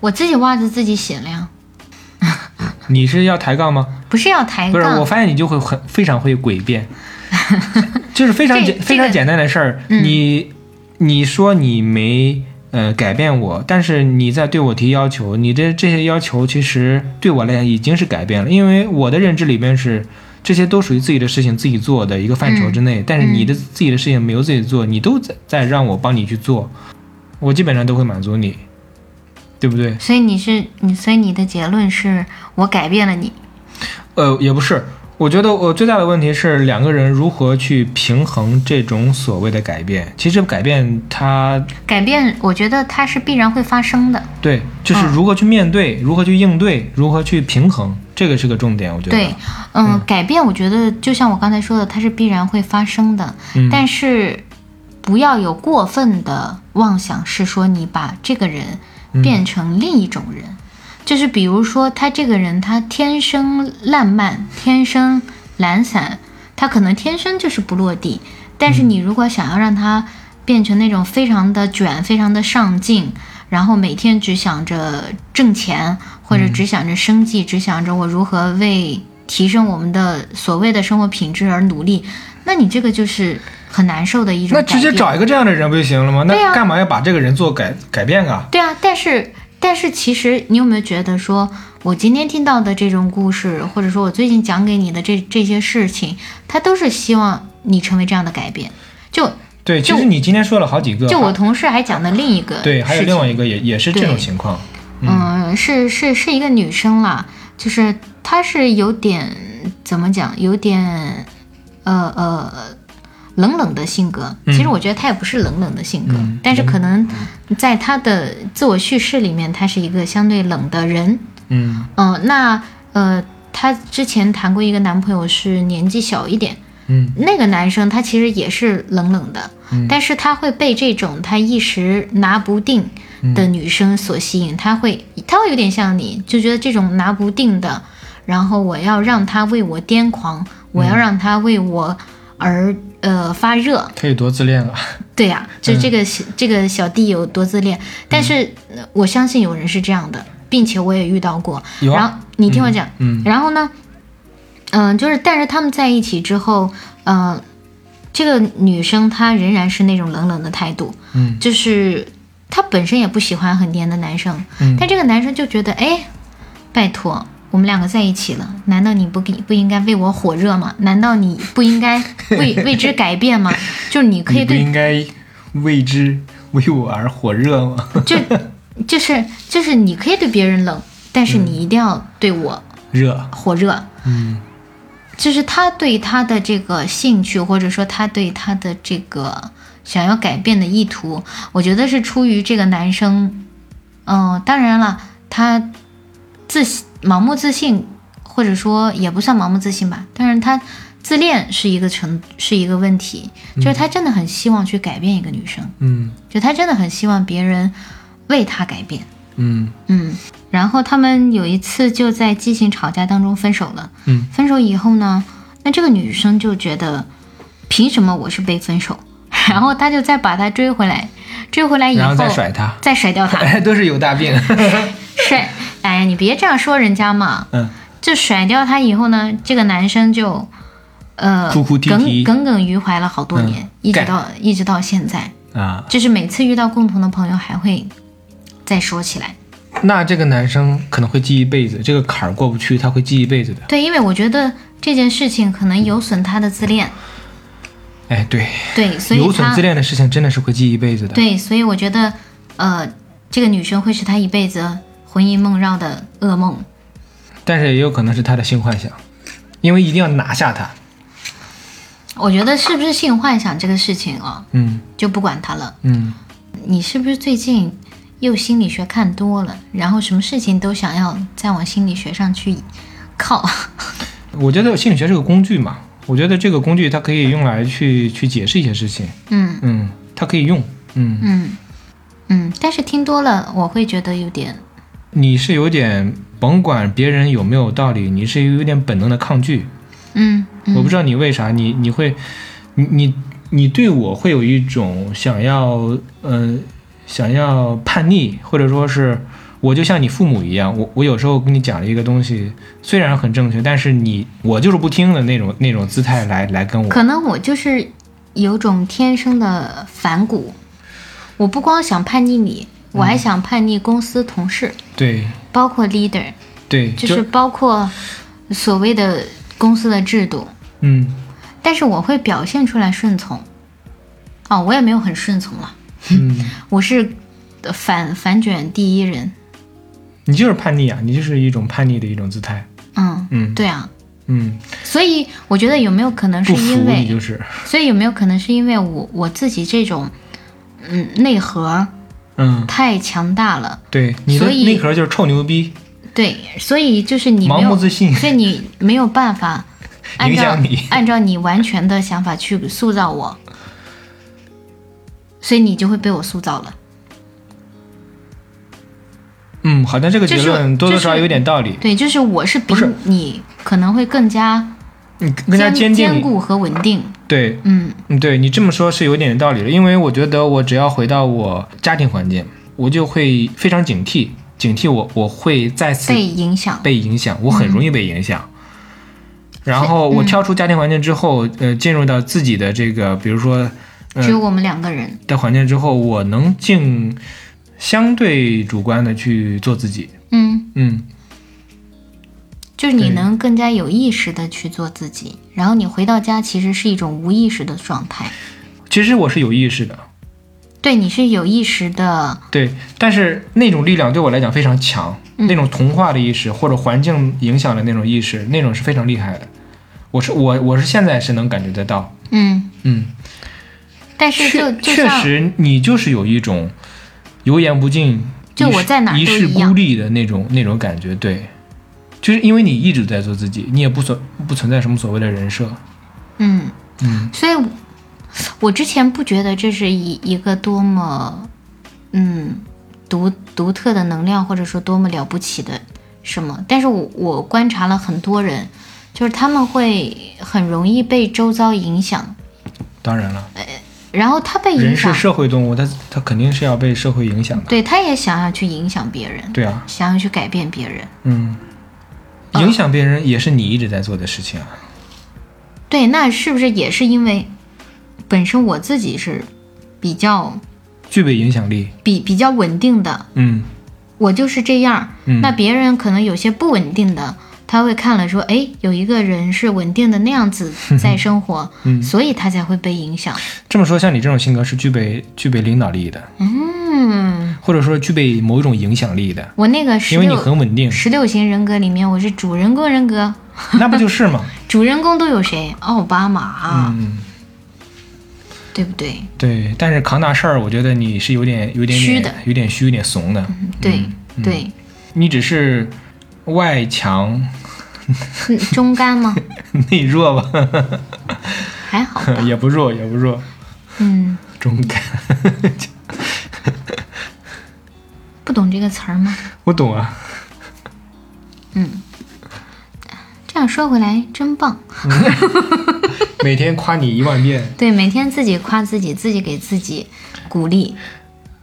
[SPEAKER 2] 我自己袜子自己洗了呀，
[SPEAKER 3] 你是要抬杠吗？
[SPEAKER 2] 不是要抬
[SPEAKER 3] 不是，我
[SPEAKER 2] 杠。
[SPEAKER 3] 发现你就会很非常会诡辩， 就是非常
[SPEAKER 2] 这
[SPEAKER 3] 简
[SPEAKER 2] 这
[SPEAKER 3] 非常
[SPEAKER 2] 个
[SPEAKER 3] 简单的事儿。
[SPEAKER 2] 嗯
[SPEAKER 3] 你你说你没呃改变我，但是你在对我提要求，你的这些要求其实对我来讲已经是改变了，因为我的认知里边是这些都属于自己的事情自己做的一个范畴
[SPEAKER 2] 嗯
[SPEAKER 3] 之内，但是你的自己的事情没有自己做，你都在在让我帮你去做，我基本上都会满足你，对不对？
[SPEAKER 2] 所以你是你，所以你的结论是我改变了你。
[SPEAKER 3] 呃，也不是，我觉得我最大的问题是两个人如何去平衡这种所谓的改变。其实改变它，
[SPEAKER 2] 改变，我觉得它是必然会发生的。
[SPEAKER 3] 对，就是
[SPEAKER 2] 嗯
[SPEAKER 3] 如何去面对，如何去应对，如何去平衡，这个是个重点，我觉得。
[SPEAKER 2] 对，嗯，改变，我觉得就像我刚才说的，它是必然会发生的。
[SPEAKER 3] 嗯
[SPEAKER 2] 但是不要有过分的妄想，是说你把这个人
[SPEAKER 3] 嗯
[SPEAKER 2] 变成另一种人，就是比如说他这个人他天生烂漫，天生懒散，他可能天生就是不落地。但是你
[SPEAKER 3] 嗯
[SPEAKER 2] 如果想要让他变成那种非常的卷、非常的上进，然后每天只想着挣钱，或者
[SPEAKER 3] 嗯
[SPEAKER 2] 只想着生计，只想着我如何为提升我们的所谓的生活品质而努力，那你这个就是很难受的一种
[SPEAKER 3] 那
[SPEAKER 2] 改变。
[SPEAKER 3] 直接找一个这样的人不就行了吗？
[SPEAKER 2] 对
[SPEAKER 3] 那
[SPEAKER 2] 啊
[SPEAKER 3] 干嘛要把这个人做改改变啊？
[SPEAKER 2] 对啊，但是但是其实你有没有觉得说，我今天听到的这种故事，或者说我最近讲给你的这这些事情，它都是希望你成为这样的改变。就
[SPEAKER 3] 对，其实
[SPEAKER 2] 就
[SPEAKER 3] 你今天说了好几个，
[SPEAKER 2] 就我
[SPEAKER 3] 还
[SPEAKER 2] 同事还讲的另一个
[SPEAKER 3] 对，还有
[SPEAKER 2] 事
[SPEAKER 3] 另
[SPEAKER 2] 情
[SPEAKER 3] 外一个也也是这种
[SPEAKER 2] 对
[SPEAKER 3] 情况。
[SPEAKER 2] 嗯，是是是一个女生啦，就是她是有点怎么讲，有点呃呃冷冷的性格。其实我觉得她也不是冷冷的性格，
[SPEAKER 3] 嗯
[SPEAKER 2] 但是可能在她的自我叙事里面，她是一个相对冷的人。
[SPEAKER 3] 嗯
[SPEAKER 2] 嗯、那呃，她之前谈过一个男朋友是年纪小一点，
[SPEAKER 3] 嗯
[SPEAKER 2] 那个男生他其实也是冷冷的，但是他会被这种他一时拿不定的女生所吸引，他会他会有点像你，就觉得这种拿不定的，然后我要让他为我癫狂，我要让他为我而呃发热，
[SPEAKER 3] 他有多自恋啊？
[SPEAKER 2] 对呀、就这个、小这个小弟有多自恋，但是、呃我相信有人是这样的，并且我也遇到过。
[SPEAKER 3] 有啊
[SPEAKER 2] 然后你听我讲，
[SPEAKER 3] 嗯
[SPEAKER 2] 然后呢，嗯、就是但是他们在一起之后，嗯、这个女生她仍然是那种冷冷的态度，
[SPEAKER 3] 嗯
[SPEAKER 2] 就是她本身也不喜欢很黏的男生，
[SPEAKER 3] 嗯
[SPEAKER 2] 但这个男生就觉得，哎，拜托。我们两个在一起了，难道你不给不应该为我火热吗？难道你不应 该为为之改变吗？就是你可以
[SPEAKER 3] 你不
[SPEAKER 2] 对
[SPEAKER 3] 应该为之为我而火热吗？
[SPEAKER 2] 就就是就是你可以对别人冷，但
[SPEAKER 3] 嗯
[SPEAKER 2] 是你一定要对我
[SPEAKER 3] 热，
[SPEAKER 2] 火热。
[SPEAKER 3] 嗯
[SPEAKER 2] 就是他对他的这个兴趣，或者说他对他的这个想要改变的意图，我觉得是出于这个男生。嗯、当然了，他自信盲目自信，或者说也不算盲目自信吧，但是他自恋是一个成是一个问题，就是他真的很希望去改变一个女生，
[SPEAKER 3] 嗯
[SPEAKER 2] 就他真的很希望别人为他改变。
[SPEAKER 3] 嗯
[SPEAKER 2] 嗯，然后他们有一次就在激情吵架当中分手了。
[SPEAKER 3] 嗯，
[SPEAKER 2] 分手以后呢，那这个女生就觉得，凭什么我是被分手？ 然后她就再把他追回来，追回来以
[SPEAKER 3] 然后再甩他，
[SPEAKER 2] 再甩掉 他，
[SPEAKER 3] 哎都是有 大病。
[SPEAKER 2] 甩。哎呀，你别这样说人家嘛。
[SPEAKER 3] 嗯，
[SPEAKER 2] 就甩掉他以后呢，这个男生就，呃，
[SPEAKER 3] 哭哭啼啼
[SPEAKER 2] 耿耿耿于怀了好多年，
[SPEAKER 3] 嗯
[SPEAKER 2] 一直
[SPEAKER 3] 干
[SPEAKER 2] 到一直到现在，
[SPEAKER 3] 啊，
[SPEAKER 2] 就是每次遇到共同的朋友还会再说起来。
[SPEAKER 3] 那这个男生可能会记一辈子，这个坎儿过不去，他会记一辈子的。
[SPEAKER 2] 对，因为我觉得这件事情可能有损他的自恋，
[SPEAKER 3] 哎，对，
[SPEAKER 2] 对，所以
[SPEAKER 3] 有损
[SPEAKER 2] 他
[SPEAKER 3] 自恋的事情真的是会记一辈子的。
[SPEAKER 2] 对，所以我觉得，呃，这个女生会是他一辈子魂萦梦绕的噩梦。
[SPEAKER 3] 但是也有可能是他的性幻想，因为一定要拿下他。
[SPEAKER 2] 我觉得是不是性幻想这个事情啊、
[SPEAKER 3] 嗯
[SPEAKER 2] 就不管他了。
[SPEAKER 3] 嗯，
[SPEAKER 2] 你是不是最近又心理学看多了，然后什么事情都想要再往心理学上去靠？
[SPEAKER 3] 我觉得心理学是个工具嘛，我觉得这个工具它可以用来去去解释一些事情。
[SPEAKER 2] 嗯
[SPEAKER 3] 嗯，它可以用。嗯，
[SPEAKER 2] 嗯嗯，但是听多了我会觉得有点
[SPEAKER 3] 你是有点甭管别人有没有道理，你是有点本能的抗拒。
[SPEAKER 2] 嗯嗯
[SPEAKER 3] 我不知道你为啥，你你会，你你你对我会有一种想要，嗯、想要叛逆，或者说是我就像你父母一样，我我有时候跟你讲了一个东西，虽然很正确，但是你我就是不听的那种那种姿态来来跟我，
[SPEAKER 2] 可能我就是有种天生的反骨，我不光想叛逆你，
[SPEAKER 3] 嗯
[SPEAKER 2] 我还想叛逆公司同事，
[SPEAKER 3] 对
[SPEAKER 2] 包括 leader，
[SPEAKER 3] 对，
[SPEAKER 2] 就是包括所谓的公司的制度。
[SPEAKER 3] 嗯
[SPEAKER 2] 但是我会表现出来顺从，哦，我也没有很顺从了，
[SPEAKER 3] 嗯，
[SPEAKER 2] 我是呃反反卷第一人。
[SPEAKER 3] 你就是叛逆啊，你就是一种叛逆的一种姿态，
[SPEAKER 2] 嗯，
[SPEAKER 3] 嗯
[SPEAKER 2] 对啊，
[SPEAKER 3] 嗯，
[SPEAKER 2] 所以我觉得有没有可能是
[SPEAKER 3] 不服
[SPEAKER 2] 因为
[SPEAKER 3] 你就是，
[SPEAKER 2] 所以有没有可能是因为我我自己这种，嗯，内核
[SPEAKER 3] 嗯，
[SPEAKER 2] 太强大了，
[SPEAKER 3] 对，你的
[SPEAKER 2] 所以
[SPEAKER 3] 内核就是臭牛逼，
[SPEAKER 2] 对，所以就是你没
[SPEAKER 3] 盲目
[SPEAKER 2] 有，
[SPEAKER 3] 自信
[SPEAKER 2] 所以你没有办法按
[SPEAKER 3] 影
[SPEAKER 2] 照
[SPEAKER 3] 响你
[SPEAKER 2] 按照你完全的想法去塑造我，所以你就会被我塑造了。
[SPEAKER 3] 嗯，好像这个
[SPEAKER 2] 这
[SPEAKER 3] 结
[SPEAKER 2] 是
[SPEAKER 3] 论多多
[SPEAKER 2] 这是
[SPEAKER 3] 少少有点道理，
[SPEAKER 2] 对，就是我是比
[SPEAKER 3] 不是
[SPEAKER 2] 你可能会更加
[SPEAKER 3] 你嗯更加坚
[SPEAKER 2] 坚
[SPEAKER 3] 定，
[SPEAKER 2] 固和稳定。
[SPEAKER 3] 对，
[SPEAKER 2] 嗯
[SPEAKER 3] 嗯，对你这么说是有点道理的，因为我觉得我只要回到我家庭环境，我就会非常警惕，警惕我我会再次
[SPEAKER 2] 被影响。
[SPEAKER 3] 被影响，我很容易被影响。然后我跳出家庭环境之后，呃，进入到自己的这个，比如说嗯
[SPEAKER 2] 只有我们两个人，
[SPEAKER 3] 的环境之后，我能尽相对主观的去做自己。
[SPEAKER 2] 嗯，
[SPEAKER 3] 嗯，
[SPEAKER 2] 就是你
[SPEAKER 3] 对
[SPEAKER 2] 能更加有意识的去做自己，然后你回到家其实是一种无意识的状态，
[SPEAKER 3] 其实我是有意识的，
[SPEAKER 2] 对，你是有意识的，
[SPEAKER 3] 对，但是那种力量对我来讲非常强，
[SPEAKER 2] 嗯
[SPEAKER 3] 那种同化的意识或者环境影响的那种意识，那种是非常厉害的。我是我我是现在是能感觉得到，
[SPEAKER 2] 嗯，
[SPEAKER 3] 嗯，
[SPEAKER 2] 但是就
[SPEAKER 3] 确
[SPEAKER 2] 就
[SPEAKER 3] 确
[SPEAKER 2] 像
[SPEAKER 3] 实你就是有一种油盐不进，
[SPEAKER 2] 就
[SPEAKER 3] 一
[SPEAKER 2] 我
[SPEAKER 3] 世
[SPEAKER 2] 在哪儿
[SPEAKER 3] 一
[SPEAKER 2] 都
[SPEAKER 3] 世
[SPEAKER 2] 一
[SPEAKER 3] 孤
[SPEAKER 2] 样
[SPEAKER 3] 立的那种那种感觉，对，就是因为你一直在做自己，你也不所不存在什么所谓的人设，
[SPEAKER 2] 嗯，
[SPEAKER 3] 嗯
[SPEAKER 2] 所以我，我之前不觉得这是一一个多么，嗯，独独特的能量，或者说多么了不起的什么。但是我我观察了很多人，就是他们会很容易被周遭影响，
[SPEAKER 3] 当然了，
[SPEAKER 2] 哎然后他被影
[SPEAKER 3] 人是
[SPEAKER 2] 响，
[SPEAKER 3] 社会动物，他他肯定是要被社会影响的，
[SPEAKER 2] 对，他也想要去影响别人，
[SPEAKER 3] 对啊，
[SPEAKER 2] 想要去改变别人。
[SPEAKER 3] 嗯，
[SPEAKER 2] 啊
[SPEAKER 3] 影响别人也是你一直在做的事情啊。
[SPEAKER 2] 对，那是不是也是因为本身我自己是比较
[SPEAKER 3] 具备影响力。
[SPEAKER 2] 比比较稳定的，
[SPEAKER 3] 嗯
[SPEAKER 2] 我就是这样儿。
[SPEAKER 3] 嗯，
[SPEAKER 2] 那别人可能有些不稳定的，他会看了说，哎，有一个人是稳定的那样 子在生活，
[SPEAKER 3] 嗯
[SPEAKER 2] 所以他才会被影响。
[SPEAKER 3] 这么说，像你这种性格是具备具备领导力的，
[SPEAKER 2] 嗯，
[SPEAKER 3] 或者说具备某一种影响力的，
[SPEAKER 2] 我那个十
[SPEAKER 3] 因为你
[SPEAKER 2] 六
[SPEAKER 3] 很 稳定，
[SPEAKER 2] 十六型人格里面，我是主人公人格，
[SPEAKER 3] 那不就是吗？
[SPEAKER 2] 主人公都有谁？奥巴马啊，
[SPEAKER 3] 嗯，
[SPEAKER 2] 对不对？
[SPEAKER 3] 对。但是扛大事儿，我觉得你是有点有点
[SPEAKER 2] 虚的嗯
[SPEAKER 3] 有点虚，有点怂的。
[SPEAKER 2] 对、
[SPEAKER 3] 嗯
[SPEAKER 2] 对，
[SPEAKER 3] 你只是外强
[SPEAKER 2] 嗯中干 吗？
[SPEAKER 3] 内弱吧，
[SPEAKER 2] 还好吧。
[SPEAKER 3] 也不弱，也不弱，
[SPEAKER 2] 嗯，
[SPEAKER 3] 中干。
[SPEAKER 2] 不懂这个词儿吗？
[SPEAKER 3] 我懂啊，
[SPEAKER 2] 这样说回来真棒，
[SPEAKER 3] 每天夸你一万遍，
[SPEAKER 2] 对，每天自己夸自己，自己给自己鼓励，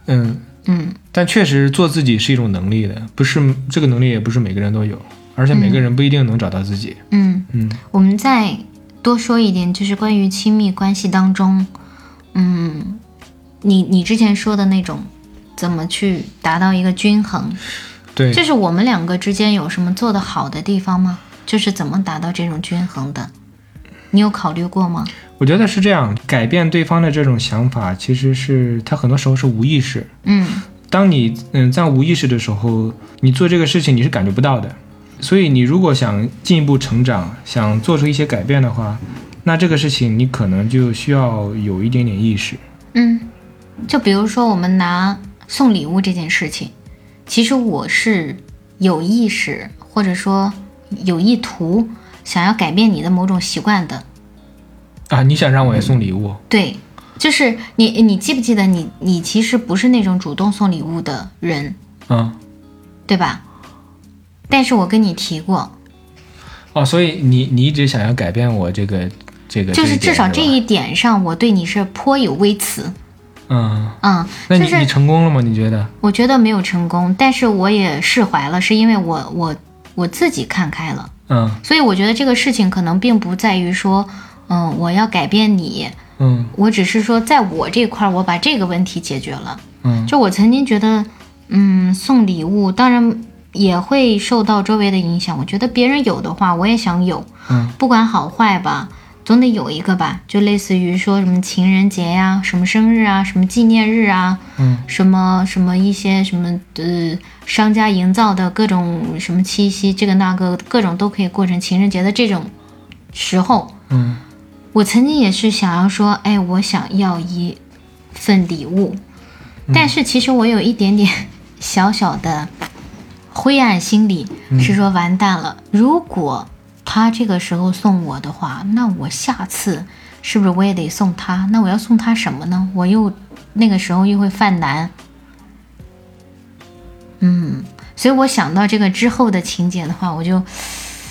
[SPEAKER 3] 嗯，
[SPEAKER 2] 嗯，
[SPEAKER 3] 但确实做自己是一种能力的，不是这个能力也不是每个人都有，而且每个人不一定能找到自己。
[SPEAKER 2] 嗯，
[SPEAKER 3] 嗯
[SPEAKER 2] 我们再多说一点，就是关于亲密关系当中，嗯，你你之前说的那种，怎么去达到一个均衡？
[SPEAKER 3] 对，
[SPEAKER 2] 这是我们两个之间有什么做得好的地方吗？就是怎么达到这种均衡的？你有考虑过吗？
[SPEAKER 3] 我觉得是这样，改变对方的这种想法，其实是他很多时候是无意识。
[SPEAKER 2] 嗯
[SPEAKER 3] 当你嗯在无意识的时候，你做这个事情你是感觉不到的。所以你如果想进一步成长，想做出一些改变的话，那这个事情你可能就需要有一点点意识。
[SPEAKER 2] 嗯，就比如说我们拿送礼物这件事情，其实我是有意识或者说有意图想要改变你的某种习惯的，
[SPEAKER 3] 啊，你想让我也送礼物？
[SPEAKER 2] 对，就是你，你记不记得你，你其实不是那种主动送礼物的人，
[SPEAKER 3] 嗯，
[SPEAKER 2] 对吧？但是我跟你提过，
[SPEAKER 3] 哦，所以你你一直想要改变我这个这个，
[SPEAKER 2] 就是
[SPEAKER 3] 一点
[SPEAKER 2] 至少
[SPEAKER 3] 是
[SPEAKER 2] 这
[SPEAKER 3] 吧
[SPEAKER 2] 一点上，我对你是颇有微词，
[SPEAKER 3] 嗯，
[SPEAKER 2] 嗯，
[SPEAKER 3] 那你、
[SPEAKER 2] 就
[SPEAKER 3] 你
[SPEAKER 2] 是
[SPEAKER 3] 成功了吗？你觉得？
[SPEAKER 2] 我觉得没有成功，但是我也释怀了，是因为我我我自己看开了，
[SPEAKER 3] 嗯
[SPEAKER 2] 所以我觉得这个事情可能并不在于说，嗯，我要改变你，
[SPEAKER 3] 嗯
[SPEAKER 2] 我只是说在我这块儿，我把这个问题解决了。
[SPEAKER 3] 嗯
[SPEAKER 2] 就我曾经觉得，嗯，送礼物当然也会受到周围的影响。我觉得别人有的话，我也想有，
[SPEAKER 3] 嗯
[SPEAKER 2] 不管好坏吧，总得有一个吧。就类似于说什么情人节呀、什么生日啊、什么纪念日啊，
[SPEAKER 3] 嗯
[SPEAKER 2] 什么什么一些什么呃商家营造的各种什么七夕，这个那个各种都可以过成情人节的这种时候，
[SPEAKER 3] 嗯
[SPEAKER 2] 我曾经也是想要说，哎，我想要一份礼物，但是其实我有一点 点小小的灰暗心理，是说完蛋了，如果他这个时候送我的话，那我下次是不是我也得送他？那我要送他什么呢？我又那个时候又会犯难。嗯，所以我想到这个之后的情节的话，我就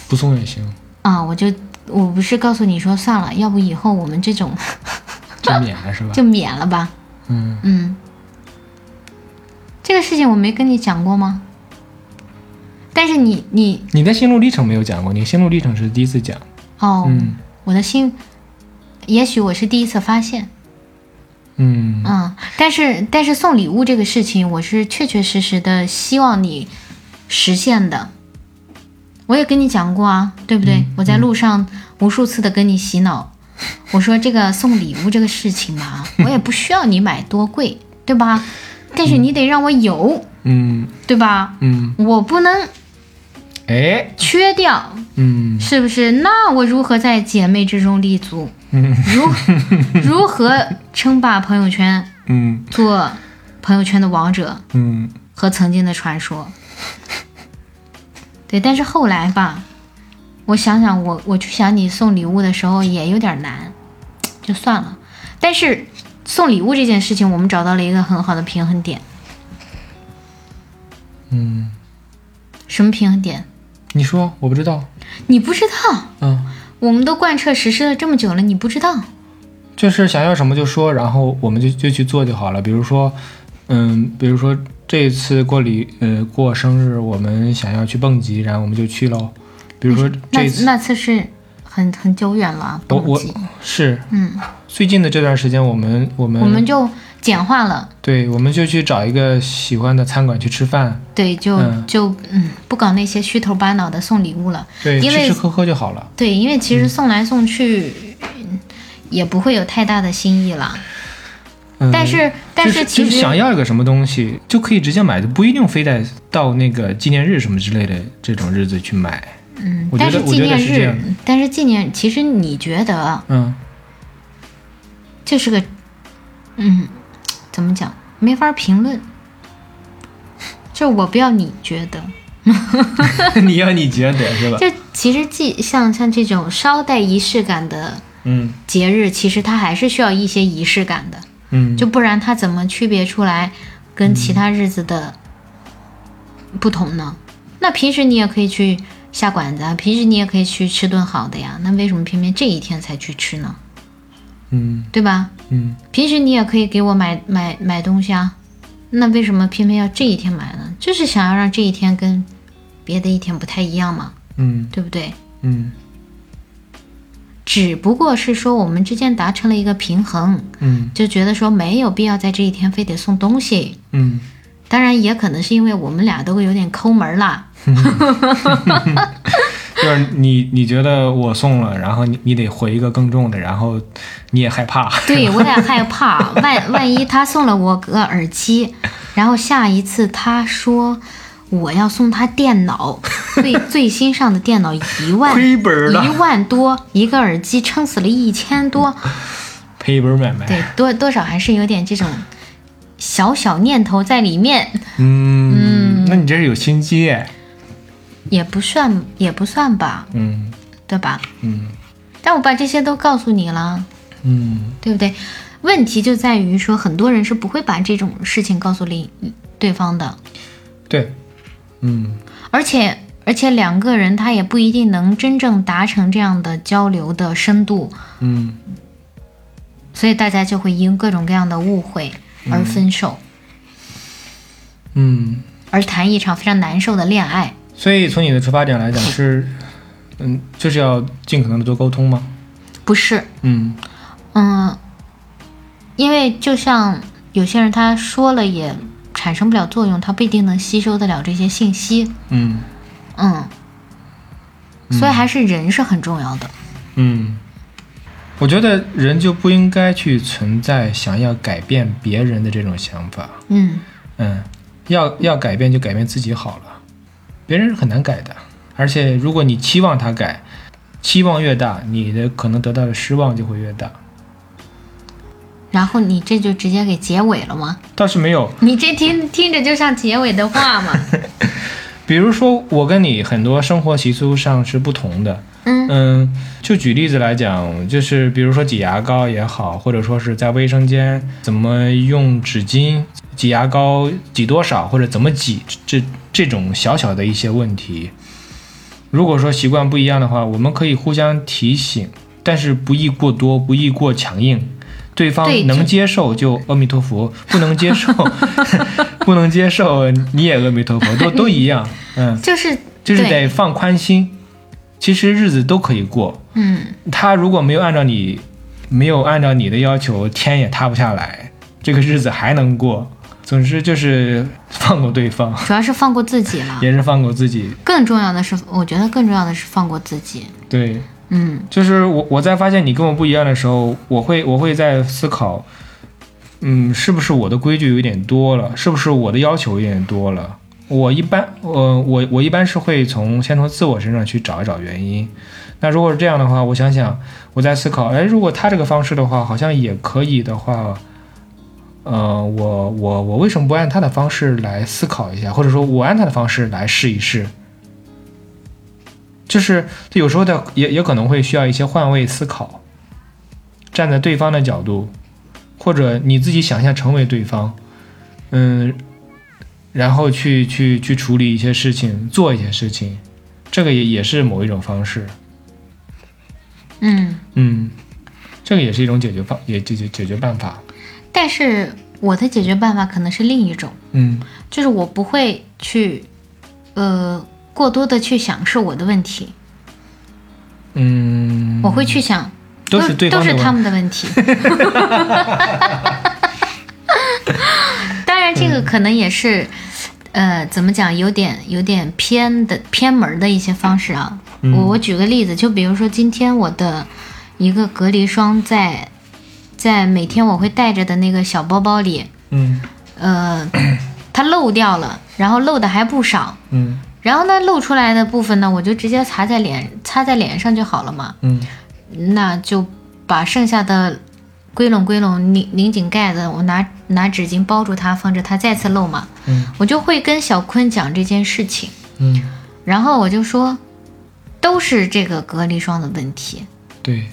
[SPEAKER 3] 不送也行，
[SPEAKER 2] 啊，我就我不是告诉你说算了，要不以后我们这种
[SPEAKER 3] 就免了是吧？
[SPEAKER 2] 就免了吧。
[SPEAKER 3] 嗯，
[SPEAKER 2] 嗯，这个事情我没跟你讲过吗？但是你你
[SPEAKER 3] 你的心路历程没有讲过，你心路历程是第一次讲。
[SPEAKER 2] 哦，
[SPEAKER 3] 嗯
[SPEAKER 2] 我的心，也许我是第一次发现，
[SPEAKER 3] 嗯
[SPEAKER 2] 嗯，但是但是送礼物这个事情，我是确确实实的希望你实现的。我也跟你讲过啊，对不对？我在路上无数次的跟你洗脑，我说这个送礼物这个事情嘛，我也不需要你买多贵，对吧？但是你得让我有，
[SPEAKER 3] 嗯
[SPEAKER 2] 对吧？
[SPEAKER 3] 嗯，
[SPEAKER 2] 我不能
[SPEAKER 3] 哎，
[SPEAKER 2] 缺掉，
[SPEAKER 3] 嗯
[SPEAKER 2] 是不是？那我如何在姐妹之中立足？如如何称霸朋友圈，
[SPEAKER 3] 嗯
[SPEAKER 2] 做朋友圈的王者
[SPEAKER 3] 嗯
[SPEAKER 2] 和曾经的传说？对，但是后来吧，我想想我，我去想你送礼物的时候也有点难，就算了。但是送礼物这件事情，我们找到了一个很好的平衡点。
[SPEAKER 3] 嗯，
[SPEAKER 2] 什么平衡点？
[SPEAKER 3] 你说我不知道，
[SPEAKER 2] 你不知道，
[SPEAKER 3] 嗯，
[SPEAKER 2] 我们都贯彻实施了这么久了，你不知道。
[SPEAKER 3] 就是想要什么就说，然后我们就就去做就好了。比如说，嗯，比如说这次过礼呃过生日，我们想要去蹦极，然后我们就去喽。比如说
[SPEAKER 2] 嗯那
[SPEAKER 3] 这次
[SPEAKER 2] 那次是很很久远了啊，
[SPEAKER 3] 我
[SPEAKER 2] 蹦
[SPEAKER 3] 我
[SPEAKER 2] 极，
[SPEAKER 3] 是
[SPEAKER 2] 嗯，
[SPEAKER 3] 最近的这段时间，我们我们
[SPEAKER 2] 我们就简化了，
[SPEAKER 3] 对，我们就去找一个喜欢的餐馆去吃饭，
[SPEAKER 2] 对，就、
[SPEAKER 3] 嗯
[SPEAKER 2] 就嗯，不搞那些虚头巴脑的送礼物了，
[SPEAKER 3] 对，
[SPEAKER 2] 因
[SPEAKER 3] 吃
[SPEAKER 2] 为
[SPEAKER 3] 吃喝喝就好了。
[SPEAKER 2] 对，因为其实
[SPEAKER 3] 嗯
[SPEAKER 2] 送来送去、嗯也不会有太大的新意了，
[SPEAKER 3] 嗯，
[SPEAKER 2] 但是但
[SPEAKER 3] 就是
[SPEAKER 2] 是其
[SPEAKER 3] 就是
[SPEAKER 2] 实
[SPEAKER 3] 想要一个什么东西，就可以直接买，就不一定非得到那个纪念日什么之类的这种日子去买。
[SPEAKER 2] 嗯
[SPEAKER 3] 我，觉
[SPEAKER 2] 但
[SPEAKER 3] 得
[SPEAKER 2] 是
[SPEAKER 3] 我
[SPEAKER 2] 纪
[SPEAKER 3] 觉得
[SPEAKER 2] 念
[SPEAKER 3] 是这
[SPEAKER 2] 日
[SPEAKER 3] 样的，
[SPEAKER 2] 但是纪念，其实你觉得
[SPEAKER 3] 嗯
[SPEAKER 2] 这是个嗯，怎么讲，没法评论， 就是我不要你觉得。，
[SPEAKER 3] 你要你觉得是吧？
[SPEAKER 2] 嗯 就其实既像像这种稍带仪式感的
[SPEAKER 3] 嗯
[SPEAKER 2] 节日，其实它还是需要一些仪式感的，
[SPEAKER 3] 嗯，
[SPEAKER 2] 就不然它怎么区别出来跟其他日子的不同呢？那平时你也可以去下馆子啊，平时你也可以去吃顿好的呀，那为什么偏偏这一天才去吃呢？
[SPEAKER 3] 嗯
[SPEAKER 2] 对吧？
[SPEAKER 3] 嗯，
[SPEAKER 2] 平时你也可以给我买买买东西啊，那为什么偏偏要这一天买呢？就是想要让这一天跟别的一天不太一样嘛，
[SPEAKER 3] 嗯
[SPEAKER 2] 对不对？
[SPEAKER 3] 嗯
[SPEAKER 2] 只不过是说我们之间达成了一个平衡，
[SPEAKER 3] 嗯
[SPEAKER 2] 就觉得说没有必要在这一天非得送东西。
[SPEAKER 3] 嗯，
[SPEAKER 2] 当然，也可能是因为我们俩都有点抠门儿 啦。
[SPEAKER 3] 就是你你觉得我送了，然后你你得回一个更重的，然后你也害怕，
[SPEAKER 2] 对我也害怕，万万一他送了我个耳机，然后下一次他说我要送他电 脑，最最新上的电脑一万
[SPEAKER 3] 亏本儿了
[SPEAKER 2] 一万多，一个耳机撑死了一千多，
[SPEAKER 3] 赔一本买卖。
[SPEAKER 2] 对，多多少还是有点这种小小念头在里面，
[SPEAKER 3] 嗯，那你这是有心机哎。
[SPEAKER 2] 也不算也不算吧，
[SPEAKER 3] 嗯
[SPEAKER 2] 对吧？
[SPEAKER 3] 嗯
[SPEAKER 2] 但我把这些都告诉你了，
[SPEAKER 3] 嗯
[SPEAKER 2] 对不对？问题就在于说，很多人是不会把这种事情告诉另对方的，，
[SPEAKER 3] 对，嗯
[SPEAKER 2] 而且而且两个人他也不一定能真正达成这样的交流的深度，
[SPEAKER 3] 嗯
[SPEAKER 2] 所以大家就会因各种各样的误会而分手，
[SPEAKER 3] 嗯，
[SPEAKER 2] 而谈一场非常难受的恋爱。
[SPEAKER 3] 所以从你的出发点来讲是，嗯，就是要尽可能的多沟通嘛。
[SPEAKER 2] 不是，
[SPEAKER 3] 嗯
[SPEAKER 2] 嗯，因为就像有些人他说了也产生不了作用，他不一定能吸收得了这些信息，
[SPEAKER 3] 嗯
[SPEAKER 2] 嗯，所以还是人是很重要的。
[SPEAKER 3] 嗯，我觉得人就不应该去存在想要改变别人的这种想法。
[SPEAKER 2] 嗯，
[SPEAKER 3] 嗯，要要改变就改变自己好了，别人是很难改的。而且如果你期望他改，期望越大，你的可能得到的失望就会越大。
[SPEAKER 2] 然后你这就直接给结尾了吗？
[SPEAKER 3] 倒是没有，
[SPEAKER 2] 你这听听着就像结尾的话 嘛。
[SPEAKER 3] 比如说，我跟你很多生活习俗上是不同的。
[SPEAKER 2] 嗯
[SPEAKER 3] 嗯，就举例子来讲，就是比如说挤牙膏也好，或者说是在卫生间怎么用纸巾挤牙膏，挤多少或者怎么挤，这这种小小的一些问题，如果说习惯不一样的话，我们可以互相提醒，但是不宜过多，不宜过强硬。对方
[SPEAKER 2] 对这
[SPEAKER 3] 能接受就阿弥陀佛，不能 接受不能接受你也阿弥陀佛，都都一样。嗯，
[SPEAKER 2] 就是
[SPEAKER 3] 就是
[SPEAKER 2] 对
[SPEAKER 3] 得放宽心。其实日子都可以过，
[SPEAKER 2] 嗯，
[SPEAKER 3] 他如果没有按照你，没有按照你的要求，天也塌不下来，这个日子还能过。总之就是放过对方，
[SPEAKER 2] 主要是放过自己了。
[SPEAKER 3] 也是放过自己。
[SPEAKER 2] 更重要的是，我觉得更重要的是放过自己。
[SPEAKER 3] 对，
[SPEAKER 2] 嗯，
[SPEAKER 3] 就是我我在发现你跟我不一样的时候，我会我会在思考，嗯，是不是我的规矩有点多了？是不是我的要求有点多了？我一般，呃，我我一般是会从先从自我身上去找一找原因。那如果是这样的话，我想想，我在思考，哎，如果他这个方式的话，好像也可以的话，呃，我我我为什么不按他的方式来思考一下，或者说我按他的方式来试一试？就是有时候的也也可能会需要一些换位思考，站在对方的角度，或者你自己想象成为对方，嗯，然后去去去处理一些事情，做一些事情，这个也也是某一种方式，
[SPEAKER 2] 嗯，
[SPEAKER 3] 嗯，这个也是一种解决方也解决解决办法，
[SPEAKER 2] 但是我的解决办法可能是另一种，
[SPEAKER 3] 嗯
[SPEAKER 2] 就是我不会去，呃，过多的去想是我的问题，
[SPEAKER 3] 嗯，
[SPEAKER 2] 我会去想
[SPEAKER 3] 都是对方
[SPEAKER 2] 都
[SPEAKER 3] 的
[SPEAKER 2] 是
[SPEAKER 3] 问
[SPEAKER 2] 他们的问题。 当然，这个可能也是，呃，怎么讲，有点有点偏的偏门的一些方式啊。
[SPEAKER 3] 嗯
[SPEAKER 2] 我我举个例子，就比如说今天我的一个隔离霜在在每天我会带着的那个小包包里，
[SPEAKER 3] 嗯
[SPEAKER 2] 呃，它漏掉了，然后漏的还不少。
[SPEAKER 3] 嗯
[SPEAKER 2] 然后呢，露出来的部分呢，我就直接擦在脸，擦在脸上就好了嘛。
[SPEAKER 3] 嗯
[SPEAKER 2] 那就把剩下的归拢归拢，拧拧紧盖子，我拿拿纸巾包住它，防止它再次漏嘛。
[SPEAKER 3] 嗯
[SPEAKER 2] 我就会跟小坤讲这件事情，
[SPEAKER 3] 嗯，
[SPEAKER 2] 然后我就说，都是这个隔离霜的问题。
[SPEAKER 3] 对，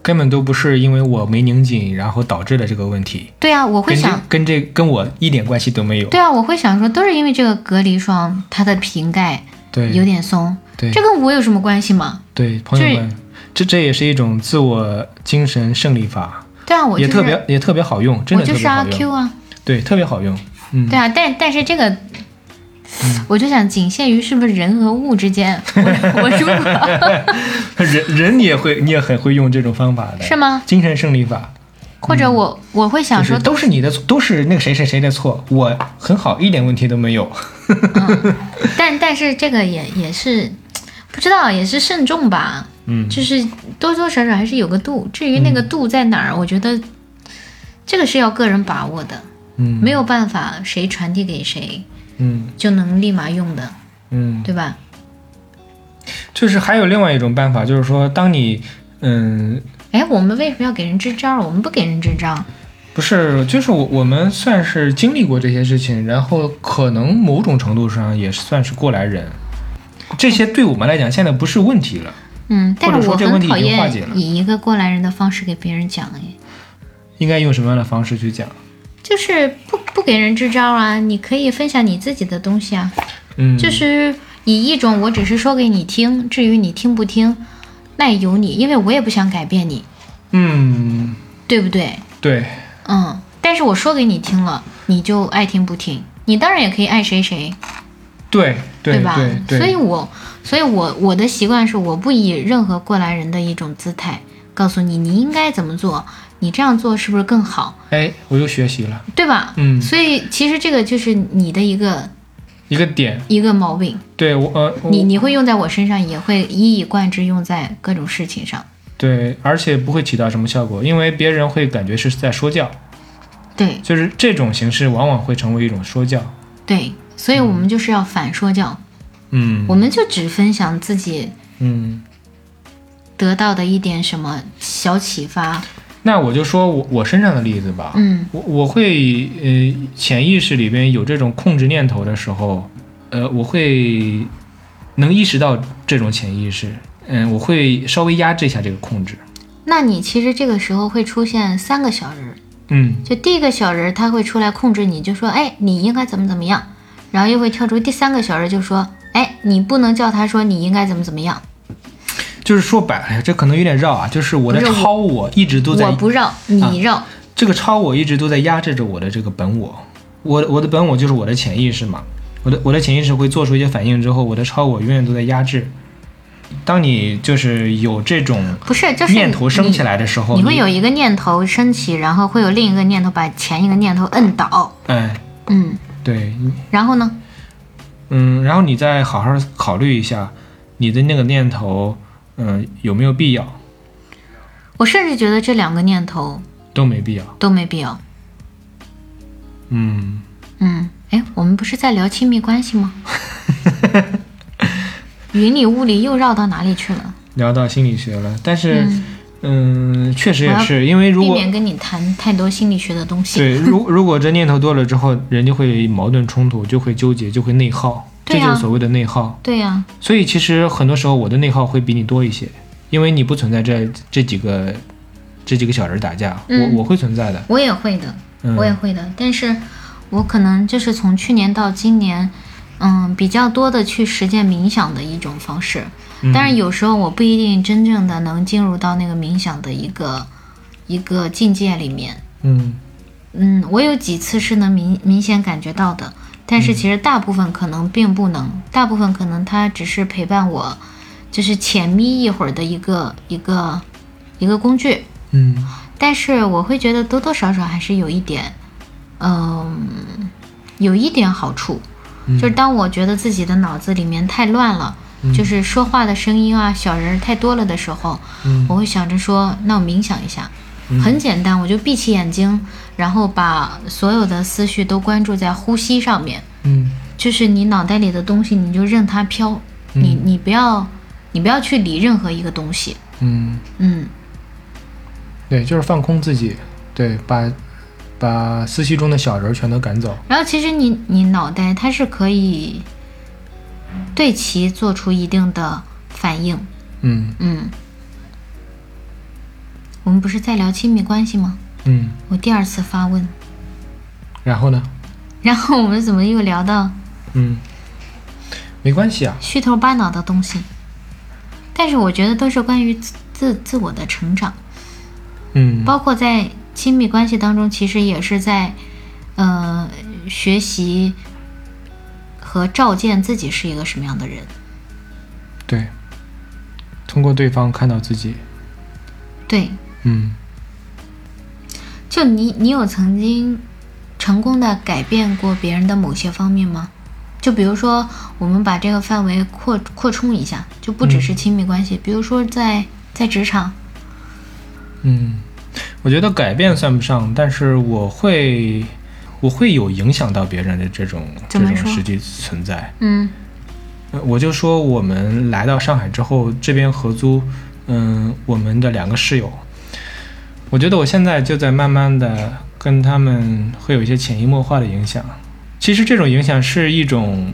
[SPEAKER 3] 根本都不是因为我没拧紧，然后导致了这个问题。
[SPEAKER 2] 对啊，我会
[SPEAKER 3] 跟这
[SPEAKER 2] 想，
[SPEAKER 3] 跟这跟我一点关系都没有。
[SPEAKER 2] 对啊，我会想说，都是因为这个隔离霜它的瓶盖
[SPEAKER 3] 对
[SPEAKER 2] 有点松，
[SPEAKER 3] 对
[SPEAKER 2] 这跟我有什么关系吗？
[SPEAKER 3] 对，朋友们，这这也是一种自我精神胜利法，
[SPEAKER 2] 对啊，我
[SPEAKER 3] 也
[SPEAKER 2] 就是
[SPEAKER 3] 特别也特别好用，真
[SPEAKER 2] 我
[SPEAKER 3] 的特
[SPEAKER 2] 就
[SPEAKER 3] 别
[SPEAKER 2] 是阿
[SPEAKER 3] 好用，
[SPEAKER 2] Q 啊，
[SPEAKER 3] 对，特别好 用。嗯，
[SPEAKER 2] 对啊，但但是这个。我就想仅限于是不是人和物之间，我我如果
[SPEAKER 3] 人人你也会，你也很会用这种方法的，
[SPEAKER 2] 是吗？
[SPEAKER 3] 精神胜利法，
[SPEAKER 2] 或者我我会想
[SPEAKER 3] 嗯就
[SPEAKER 2] 说
[SPEAKER 3] 是，都是你的错，都是那个谁谁谁的错，我很好，一点问题都没有。
[SPEAKER 2] 但但是这个也也是不知道，也是慎重吧。
[SPEAKER 3] 嗯，
[SPEAKER 2] 就是多多少少还是有个度。至于那个度在哪儿，我觉得这个是要个人把握的，
[SPEAKER 3] 嗯，
[SPEAKER 2] 没有办法谁传递给谁
[SPEAKER 3] 嗯
[SPEAKER 2] 就能立马用的，
[SPEAKER 3] 嗯，
[SPEAKER 2] 对吧？
[SPEAKER 3] 就是还有另外一种办法，就是说，当你嗯，
[SPEAKER 2] 哎，我们为什么要给人支招？我们不给人支招，
[SPEAKER 3] 不是，就是我我们算是经历过这些事情，然后可能某种程度上也算是过来人，这些对我们来讲现在不是问题了。
[SPEAKER 2] 嗯，但
[SPEAKER 3] 或者
[SPEAKER 2] 是
[SPEAKER 3] 说
[SPEAKER 2] 我
[SPEAKER 3] 这个
[SPEAKER 2] 很
[SPEAKER 3] 问题已
[SPEAKER 2] 讨
[SPEAKER 3] 经化解
[SPEAKER 2] 厌
[SPEAKER 3] 了
[SPEAKER 2] 以一个过来人的方式给别人讲，哎，
[SPEAKER 3] 应该用什么样的方式去讲？
[SPEAKER 2] 就是不不给人支招啊，你可以分享你自己的东西啊，
[SPEAKER 3] 嗯，
[SPEAKER 2] 就是以一种我只是说给你听，至于你听不听，那也由你，因为我也不想改变你，
[SPEAKER 3] 嗯，
[SPEAKER 2] 对不对？
[SPEAKER 3] 对，
[SPEAKER 2] 嗯，但是我说给你听了，你就爱听不听，你当然也可以爱谁谁，
[SPEAKER 3] 对，对，
[SPEAKER 2] 吧
[SPEAKER 3] 对，？对，
[SPEAKER 2] 所以我，所以我我的习惯是，我不以任何过来人的一种姿态告诉你你应该怎么做，你这样做是不是更好，
[SPEAKER 3] 哎，我又学习了
[SPEAKER 2] 对吧？
[SPEAKER 3] 嗯
[SPEAKER 2] 所以其实这个就是你的一个
[SPEAKER 3] 一个点。
[SPEAKER 2] 一个毛病，
[SPEAKER 3] 对我，呃，我
[SPEAKER 2] 你你会用在我身上，也会一以贯之用在各种事情上。
[SPEAKER 3] 对，而且不会起到什么效果，因为别人会感觉是在说教，
[SPEAKER 2] 对
[SPEAKER 3] 就是这种形式往往会成为一种说教。
[SPEAKER 2] 对，所以我们就是要反说教，
[SPEAKER 3] 嗯
[SPEAKER 2] 我们就只分享自己
[SPEAKER 3] 嗯，
[SPEAKER 2] 得到的一点什么小启发。
[SPEAKER 3] 那我就说我我身上的例子吧。
[SPEAKER 2] 嗯，
[SPEAKER 3] 我我会呃潜意识里边有这种控制念头的时候，呃，我会能意识到这种潜意识，嗯，我会稍微压制一下这个控制。
[SPEAKER 2] 那你其实这个时候会出现三个小人儿，
[SPEAKER 3] 嗯，
[SPEAKER 2] 就第一个小人儿他会出来控制你，就说，哎，你应该怎么怎么样，然后又会跳出第三个小人儿就说，哎，你不能叫他说你应该怎么怎么样，
[SPEAKER 3] 就是说白了，哎呀这可能有点绕啊，就是我的
[SPEAKER 2] 不是我
[SPEAKER 3] 超我一直都在啊
[SPEAKER 2] 我不绕，你绕，
[SPEAKER 3] 这个超我一直都在压制着我的这个本我，我我的本我就是我的潜意识嘛，我的我的潜意识会做出一些反应之后，我的超我永远都在压制。当你就是有这种
[SPEAKER 2] 不是，就是
[SPEAKER 3] 念头升起来的时候，
[SPEAKER 2] 你，你会有一个念头升起，然后会有另一个念头把前一个念头摁倒，
[SPEAKER 3] 哎，
[SPEAKER 2] 嗯，
[SPEAKER 3] 对，
[SPEAKER 2] 然后呢，
[SPEAKER 3] 嗯，然后你再好好考虑一下你的那个念头，嗯，有没有必要？
[SPEAKER 2] 我甚至觉得这两个念头
[SPEAKER 3] 都没必要。
[SPEAKER 2] 都没必要，
[SPEAKER 3] 嗯，
[SPEAKER 2] 嗯，哎，我们不是在聊亲密关系 吗？云里雾里又绕到哪里去了？
[SPEAKER 3] 聊到心理学了，但是，嗯，确实也
[SPEAKER 2] 我要
[SPEAKER 3] 是，因为如
[SPEAKER 2] 避
[SPEAKER 3] 果
[SPEAKER 2] 免跟你谈太多心理学的东西。
[SPEAKER 3] 对，如如果这念头多了之后，人就会矛盾冲突，就会纠结，就会内耗，
[SPEAKER 2] 对
[SPEAKER 3] 这
[SPEAKER 2] 啊
[SPEAKER 3] 就是所谓的内耗。
[SPEAKER 2] 对呀、
[SPEAKER 3] 所以其实很多时候我的内耗会比你多一些，因为你不存在这这几个这几个小人打架，
[SPEAKER 2] 嗯
[SPEAKER 3] 我我会存在的。
[SPEAKER 2] 我也会的，
[SPEAKER 3] 嗯
[SPEAKER 2] 我也会的。但是，我可能就是从去年到今年，嗯，比较多的去实践冥想的一种方式。
[SPEAKER 3] 嗯
[SPEAKER 2] 当然，有时候我不一定真正的能进入到那个冥想的一个一个境界里面。
[SPEAKER 3] 嗯
[SPEAKER 2] 嗯，我有几次是能明明显感觉到的，但是其实大部分可能并不能，大部分可能它只是陪伴我，就是浅眯一会儿的一个一个一个工具。
[SPEAKER 3] 嗯
[SPEAKER 2] 但是我会觉得多多少少还是有一点，嗯，有一点好处，就是当我觉得自己的脑子里面太乱了，就是说话的声音啊、小人儿太多了的时候，
[SPEAKER 3] 嗯
[SPEAKER 2] 我会想着说，那我冥想一下，很简单，我就闭起眼睛，然后把所有的思绪都关注在呼吸上面，
[SPEAKER 3] 嗯
[SPEAKER 2] 就是你脑袋里的东西，你就任它飘，你你不要你不要去理任何一个东西，
[SPEAKER 3] 嗯，
[SPEAKER 2] 嗯，
[SPEAKER 3] 对，就是放空自己，对，把把思绪中的小人全都赶走。
[SPEAKER 2] 然后其实你你脑袋它是可以对其做出一定的反应，
[SPEAKER 3] 嗯
[SPEAKER 2] 嗯。我们不是在聊亲密关系吗？
[SPEAKER 3] 嗯，
[SPEAKER 2] 我第二次发问，
[SPEAKER 3] 然后呢？
[SPEAKER 2] 然后我们怎么又聊到
[SPEAKER 3] 嗯，没关系啊，
[SPEAKER 2] 虚头巴脑的东西，但是我觉得都是关于自自自我的成长，
[SPEAKER 3] 嗯，
[SPEAKER 2] 包括在亲密关系当中，其实也是在，呃，学习和照见自己是一个什么样的人。
[SPEAKER 3] 对，通过对方看到自己，
[SPEAKER 2] 对，
[SPEAKER 3] 嗯，
[SPEAKER 2] 就你，你有曾经成功的改变过别人的某些方面吗？就比如说，我们把这个范围扩扩充一下，就不只是亲密关系，比如说在在职场，
[SPEAKER 3] 嗯，我觉得改变算不上，但是我会，我会有影响到别人的这种这
[SPEAKER 2] 怎么
[SPEAKER 3] 种
[SPEAKER 2] 说
[SPEAKER 3] 实际存在。
[SPEAKER 2] 嗯
[SPEAKER 3] 呃我就说我们来到上海之后，这边合租，嗯，我们的两个室友，我觉得我现在就在慢慢的跟他们会有一些潜移默化的影响。其实这种影响是一种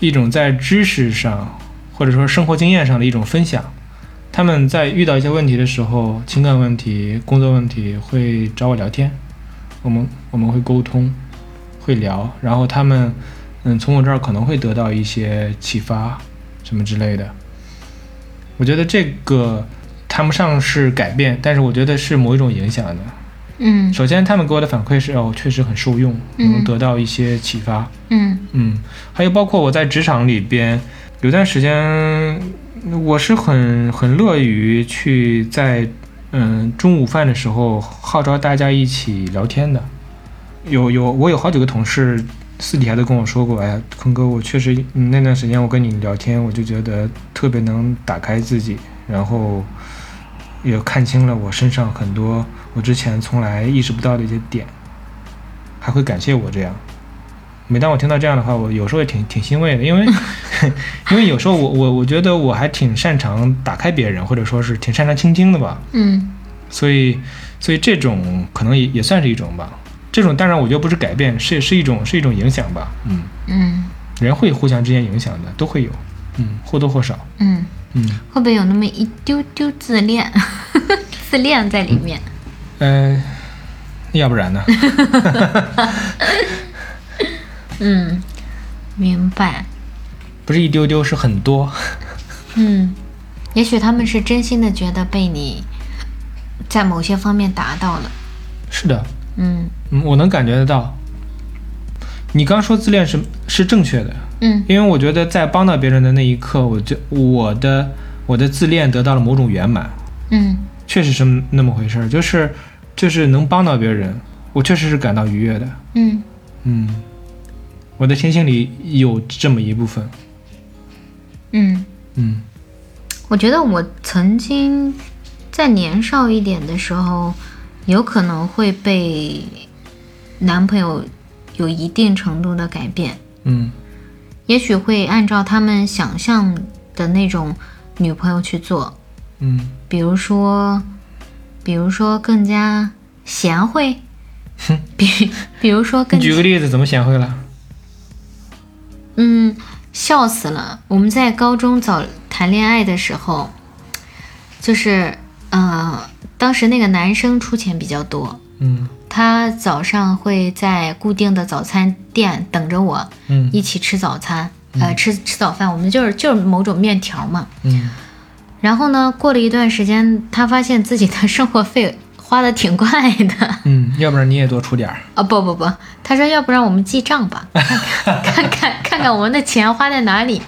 [SPEAKER 3] 一种在知识上或者说生活经验上的一种分享。他们在遇到一些问题的时候，情感问题、工作问题，会找我聊天，我们我们会沟通，会聊，然后他们嗯从我这儿可能会得到一些启发什么之类的。我觉得这个谈不上是改变，但是我觉得是某一种影响的。
[SPEAKER 2] 嗯
[SPEAKER 3] 首先，他们给我的反馈是哦，确实很受用，
[SPEAKER 2] 嗯
[SPEAKER 3] 能得到一些启发。
[SPEAKER 2] 嗯
[SPEAKER 3] 嗯，还有包括我在职场里边，有段时间我是很很乐于去在嗯中午饭的时候号召大家一起聊天的。有有，我有好几个同事私底下都跟我说过，哎呀，坤哥，我确实嗯那段时间我跟你聊天，我就觉得特别能打开自己，然后也看清了我身上很多我之前从来意识不到的一些点，还会感谢我这样。每当我听到这样的话，我有时候也挺挺欣慰的，因为 因为有时候我我我觉得我还挺擅长打开别人，或者说是挺擅长倾听的吧。
[SPEAKER 2] 嗯
[SPEAKER 3] 所以所以这种可能也也算是一种吧。这种当然我觉得不是改变，是是一种是一种影响吧。嗯，
[SPEAKER 2] 嗯
[SPEAKER 3] 人会互相之间影响的，都会有，嗯，或多或少。
[SPEAKER 2] 嗯，
[SPEAKER 3] 嗯
[SPEAKER 2] 会不会有那么一丢丢自恋， 自恋在里面？
[SPEAKER 3] 呃，要不然 呢？
[SPEAKER 2] 嗯，明白。
[SPEAKER 3] 不是一丢丢，是很多。
[SPEAKER 2] 嗯，也许他们是真心的觉得被你在某些方面达到了。
[SPEAKER 3] 是的，
[SPEAKER 2] 嗯
[SPEAKER 3] 嗯，我能感觉得到。你刚说自恋是是正确的，
[SPEAKER 2] 嗯
[SPEAKER 3] 因为我觉得在帮到别人的那一刻，我就我的我的自恋得到了某种圆满，
[SPEAKER 2] 嗯
[SPEAKER 3] 确实是那么回事儿，就是就是能帮到别人，我确实是感到愉悦的。
[SPEAKER 2] 嗯
[SPEAKER 3] 嗯，我的天性里有这么一部分。
[SPEAKER 2] 嗯，
[SPEAKER 3] 嗯
[SPEAKER 2] 我觉得我曾经在年少一点的时候，有可能会被男朋友有一定程度的改变，
[SPEAKER 3] 嗯
[SPEAKER 2] 也许会按照他们想象的那种女朋友去做，
[SPEAKER 3] 嗯，
[SPEAKER 2] 比如说，比如说更加贤惠，比比如说
[SPEAKER 3] 你
[SPEAKER 2] 更
[SPEAKER 3] 举个例子，怎么贤惠了？
[SPEAKER 2] 嗯，笑死了。我们在高中早谈恋爱的时候，就是呃，当时那个男生出钱比较多，
[SPEAKER 3] 嗯
[SPEAKER 2] 他早上会在固定的早餐店等着我
[SPEAKER 3] 嗯
[SPEAKER 2] 一起吃早餐，呃，吃吃早饭。我们就是就是某种面条嘛，
[SPEAKER 3] 嗯
[SPEAKER 2] 然后呢，过了一段时间，他发现自己的生活费花的挺快的。
[SPEAKER 3] 嗯，要不然你也多出点儿。
[SPEAKER 2] 啊、不不不，他说要不然我们记账吧，看看看看看看我们的钱花在哪里。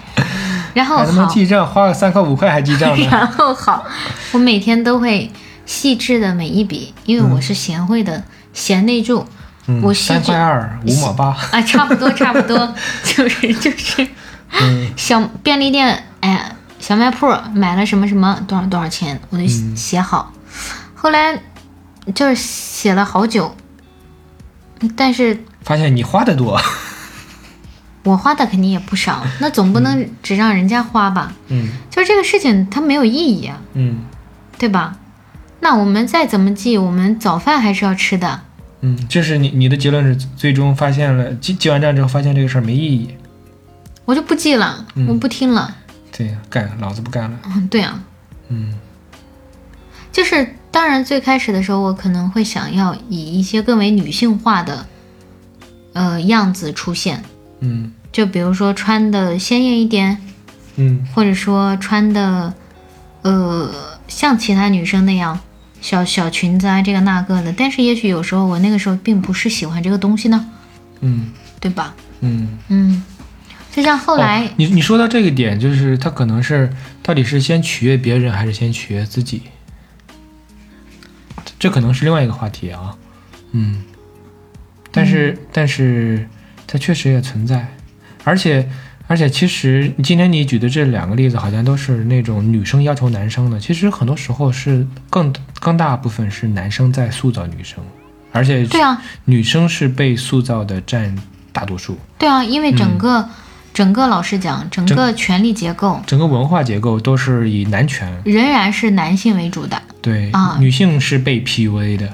[SPEAKER 2] 然后
[SPEAKER 3] 还他妈
[SPEAKER 2] 哦好，哎
[SPEAKER 3] 记账，花个三块五块还记账呢。
[SPEAKER 2] 然后好，我每天都会细致的每一笔，因为我是贤惠的贤内助，
[SPEAKER 3] 嗯
[SPEAKER 2] 我细
[SPEAKER 3] 三
[SPEAKER 2] 致
[SPEAKER 3] 块二，五 毛八。
[SPEAKER 2] 啊，差不多差不多，就是就是
[SPEAKER 3] 嗯
[SPEAKER 2] 小便利店，哎，小卖铺买了什么什么多少多少钱，我就
[SPEAKER 3] 嗯
[SPEAKER 2] 写好。后来就是写了好久，但是
[SPEAKER 3] 发现你花的 多。
[SPEAKER 2] 我花的肯定也不少，那总不能只让人家花吧？
[SPEAKER 3] 嗯
[SPEAKER 2] 就是这个事情它没有意义啊，
[SPEAKER 3] 嗯
[SPEAKER 2] 对吧？那我们再怎么记，我们早饭还是要吃的。
[SPEAKER 3] 嗯，这是你你的结论是最终发现了记记完账之后发现这个事儿没意义。
[SPEAKER 2] 我就不记了，
[SPEAKER 3] 嗯
[SPEAKER 2] 我不听了。
[SPEAKER 3] 对，干老子不干了。
[SPEAKER 2] 嗯，对啊，
[SPEAKER 3] 嗯
[SPEAKER 2] 就是当然最开始的时候，我可能会想要以一些更为女性化的呃样子出现，
[SPEAKER 3] 嗯
[SPEAKER 2] 就比如说穿的鲜艳一点，
[SPEAKER 3] 嗯
[SPEAKER 2] 或者说穿的呃像其他女生那样小小裙子啊，这个那个的。但是也许有时候我那个时候并不是喜欢这个东西呢，
[SPEAKER 3] 嗯
[SPEAKER 2] 对吧？
[SPEAKER 3] 嗯。
[SPEAKER 2] 嗯，就像后来、
[SPEAKER 3] 哦、你你说到这个点，就是他可能是到底是先取悦别人还是先取悦自己，这可能是另外一个话题啊。嗯，但
[SPEAKER 2] 嗯
[SPEAKER 3] 是、但是它确实也存在，而且而且其实今天你举的这两个例子好像都是那种女生要求男生的，其实很多时候是更更大部分是男生在塑造女生，而且
[SPEAKER 2] 对啊，
[SPEAKER 3] 女生是被塑造的占大多数。
[SPEAKER 2] 对啊，因为
[SPEAKER 3] 嗯
[SPEAKER 2] 整个、整个老实讲，整个权力结构
[SPEAKER 3] 整个文化结构都是以男权
[SPEAKER 2] 仍然是男性为主的。
[SPEAKER 3] 对，
[SPEAKER 2] 啊
[SPEAKER 3] 女性是被 PUA 的，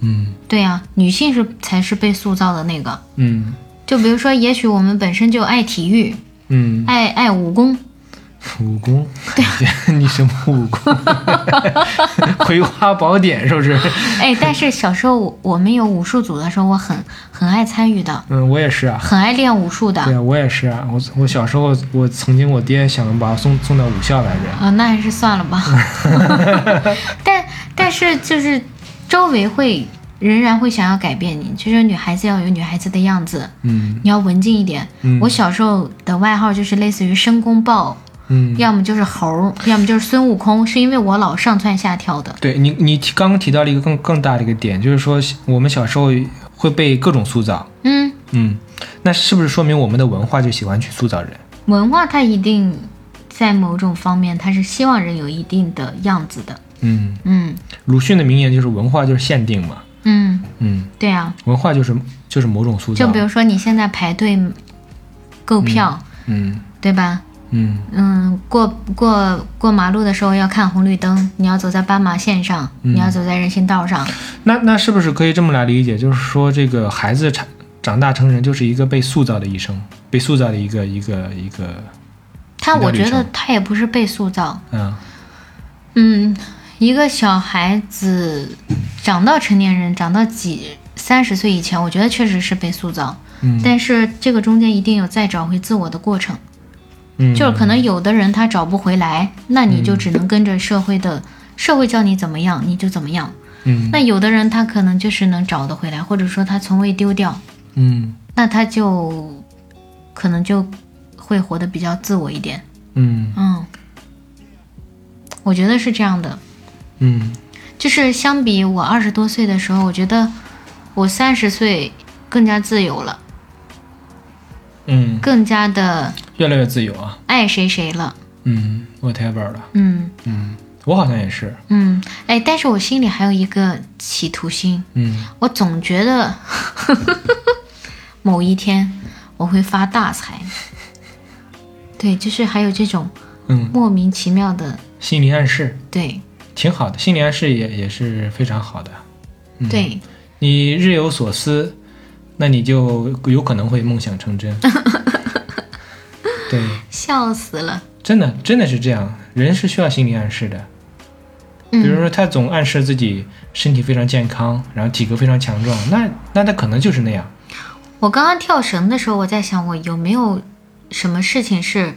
[SPEAKER 3] 嗯
[SPEAKER 2] 对呀、女性是才是被塑造的那个。
[SPEAKER 3] 嗯
[SPEAKER 2] 就比如说，也许我们本身就爱体育，
[SPEAKER 3] 嗯，
[SPEAKER 2] 爱爱武功，
[SPEAKER 3] 武功， 你什么武功？葵花宝典是不是？
[SPEAKER 2] 哎，但是小时候我我们有武术组的时候，我很很爱参与的，
[SPEAKER 3] 嗯，我也是啊，
[SPEAKER 2] 很爱练武术的。
[SPEAKER 3] 对啊，我也是啊，我我小时候，我曾经我爹想把我送送到武校来着，
[SPEAKER 2] 啊、那还是算了 吧。但但是就是周围会仍然会想要改变你，就是女孩子要有女孩子的样子，
[SPEAKER 3] 嗯
[SPEAKER 2] 你要文静一点。
[SPEAKER 3] 嗯
[SPEAKER 2] 我小时候的外号就是类似于申公豹，
[SPEAKER 3] 嗯。
[SPEAKER 2] 要么就是猴儿，要么就是孙悟空，是因为我老上蹿下跳的。
[SPEAKER 3] 对你，你提刚刚提到了一个更更大的一个点，就是说我们小时候会被各种塑造，
[SPEAKER 2] 嗯，
[SPEAKER 3] 嗯，那是不是说明我们的文化就喜欢去塑造人？
[SPEAKER 2] 文化它一定在某种方面，它是希望人有一定的样子的。
[SPEAKER 3] 嗯，
[SPEAKER 2] 嗯
[SPEAKER 3] 鲁迅的名言就是文化就是限定嘛，
[SPEAKER 2] 嗯，
[SPEAKER 3] 嗯，
[SPEAKER 2] 对啊，
[SPEAKER 3] 文化就是就是某种塑造，
[SPEAKER 2] 就比如说你现在排队购票，
[SPEAKER 3] 嗯
[SPEAKER 2] 对吧？
[SPEAKER 3] 嗯
[SPEAKER 2] 嗯，过过过马路的时候要看红绿灯，你要走在斑马线上，你要走在人行道上。
[SPEAKER 3] 那那是不是可以这么来理解？就是说，这个孩子长长大成人就是一个被塑造的一生，被塑造的一个一个一个，
[SPEAKER 2] 他
[SPEAKER 3] 你的
[SPEAKER 2] 我
[SPEAKER 3] 旅
[SPEAKER 2] 觉得
[SPEAKER 3] 程
[SPEAKER 2] 他也不是被塑造，
[SPEAKER 3] 嗯
[SPEAKER 2] 嗯，一个小孩子长到成年人，长到几三十岁以前，我觉得确实是被塑造，
[SPEAKER 3] 嗯
[SPEAKER 2] 但是这个中间一定有再找回自我的过程。
[SPEAKER 3] 嗯，
[SPEAKER 2] 就是可能有的人他找不回来，那你就只能跟着社会的、社会叫你怎么样你就怎么样。
[SPEAKER 3] 嗯
[SPEAKER 2] 那有的人他可能就是能找得回来，或者说他从未丢掉，
[SPEAKER 3] 嗯
[SPEAKER 2] 那他就可能就会活得比较自我一点。
[SPEAKER 3] 嗯
[SPEAKER 2] 嗯，我觉得是这样的。
[SPEAKER 3] 嗯
[SPEAKER 2] 就是相比我二十多岁的时候，我觉得我三十岁更加自由了，
[SPEAKER 3] 嗯，
[SPEAKER 2] 更加的
[SPEAKER 3] 越来越自由啊，
[SPEAKER 2] 爱谁谁了。
[SPEAKER 3] 嗯，whatever 了，
[SPEAKER 2] 嗯
[SPEAKER 3] 嗯，我好像也是，
[SPEAKER 2] 嗯，哎，但是我心里还有一个企图心，
[SPEAKER 3] 嗯
[SPEAKER 2] 我总觉得某一天我会发大财。对，就是还有这种
[SPEAKER 3] 嗯，
[SPEAKER 2] 莫名其妙的，
[SPEAKER 3] 心理暗示
[SPEAKER 2] 对、
[SPEAKER 3] 挺好的，心理暗示也也是非常好的，嗯、。
[SPEAKER 2] 对，
[SPEAKER 3] 你日有所思，那你就有可能会梦想成真。对，
[SPEAKER 2] 笑死了。
[SPEAKER 3] 真的真的是这样，人是需要心理暗示的。比如
[SPEAKER 2] 嗯，
[SPEAKER 3] 说，他总暗示自己身体非常健康，然后体格非常强壮，那那他可能就是那样。
[SPEAKER 2] 我刚刚跳绳的时候，我在想我有没有什么事情是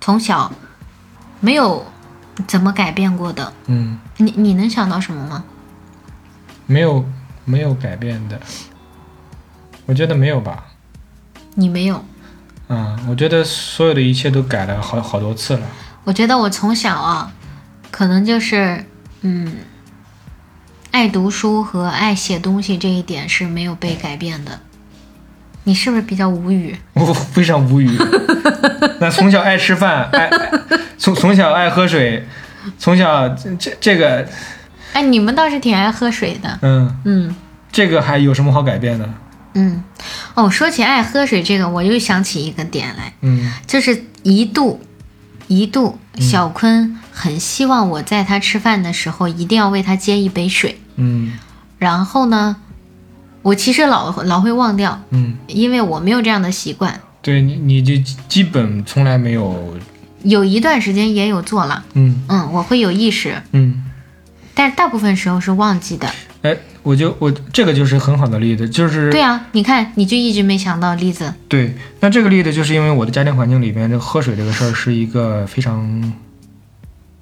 [SPEAKER 2] 从小没有怎么改变过的？
[SPEAKER 3] 嗯，
[SPEAKER 2] 你你能想到什么吗？
[SPEAKER 3] 没有没有改变的，我觉得没有吧。
[SPEAKER 2] 你没有。
[SPEAKER 3] 啊、我觉得所有的一切都改了好好多次了。
[SPEAKER 2] 我觉得我从小啊，可能就是嗯，爱读书和爱写东西这一点是没有被改变的。你是不是比较无语？
[SPEAKER 3] 我非常无语。那从小爱吃饭，爱爱从从小爱喝水，从小这这这个，
[SPEAKER 2] 哎，你们倒是挺爱喝水的。
[SPEAKER 3] 嗯，
[SPEAKER 2] 嗯
[SPEAKER 3] 这个还有什么好改变的？
[SPEAKER 2] 嗯，哦，说起爱喝水这个，我又想起一个点来，
[SPEAKER 3] 嗯
[SPEAKER 2] 就是一度，一度小坤很希望我在他吃饭的时候一定要为他接一杯水，
[SPEAKER 3] 嗯
[SPEAKER 2] 然后呢，我其实老老会忘掉，
[SPEAKER 3] 嗯，
[SPEAKER 2] 因为我没有这样的习惯。
[SPEAKER 3] 对你你就基本从来没有，
[SPEAKER 2] 有一段时间也有做了，
[SPEAKER 3] 嗯
[SPEAKER 2] 嗯，我会有意识，
[SPEAKER 3] 嗯，
[SPEAKER 2] 但是大部分时候是忘记的。
[SPEAKER 3] 哎，我就我这个就是很好的例子，就是
[SPEAKER 2] 对啊，你看你就一直没想到例子，
[SPEAKER 3] 对，那这个例子就是因为我的家庭环境里面，这喝水这个事儿是一个非常，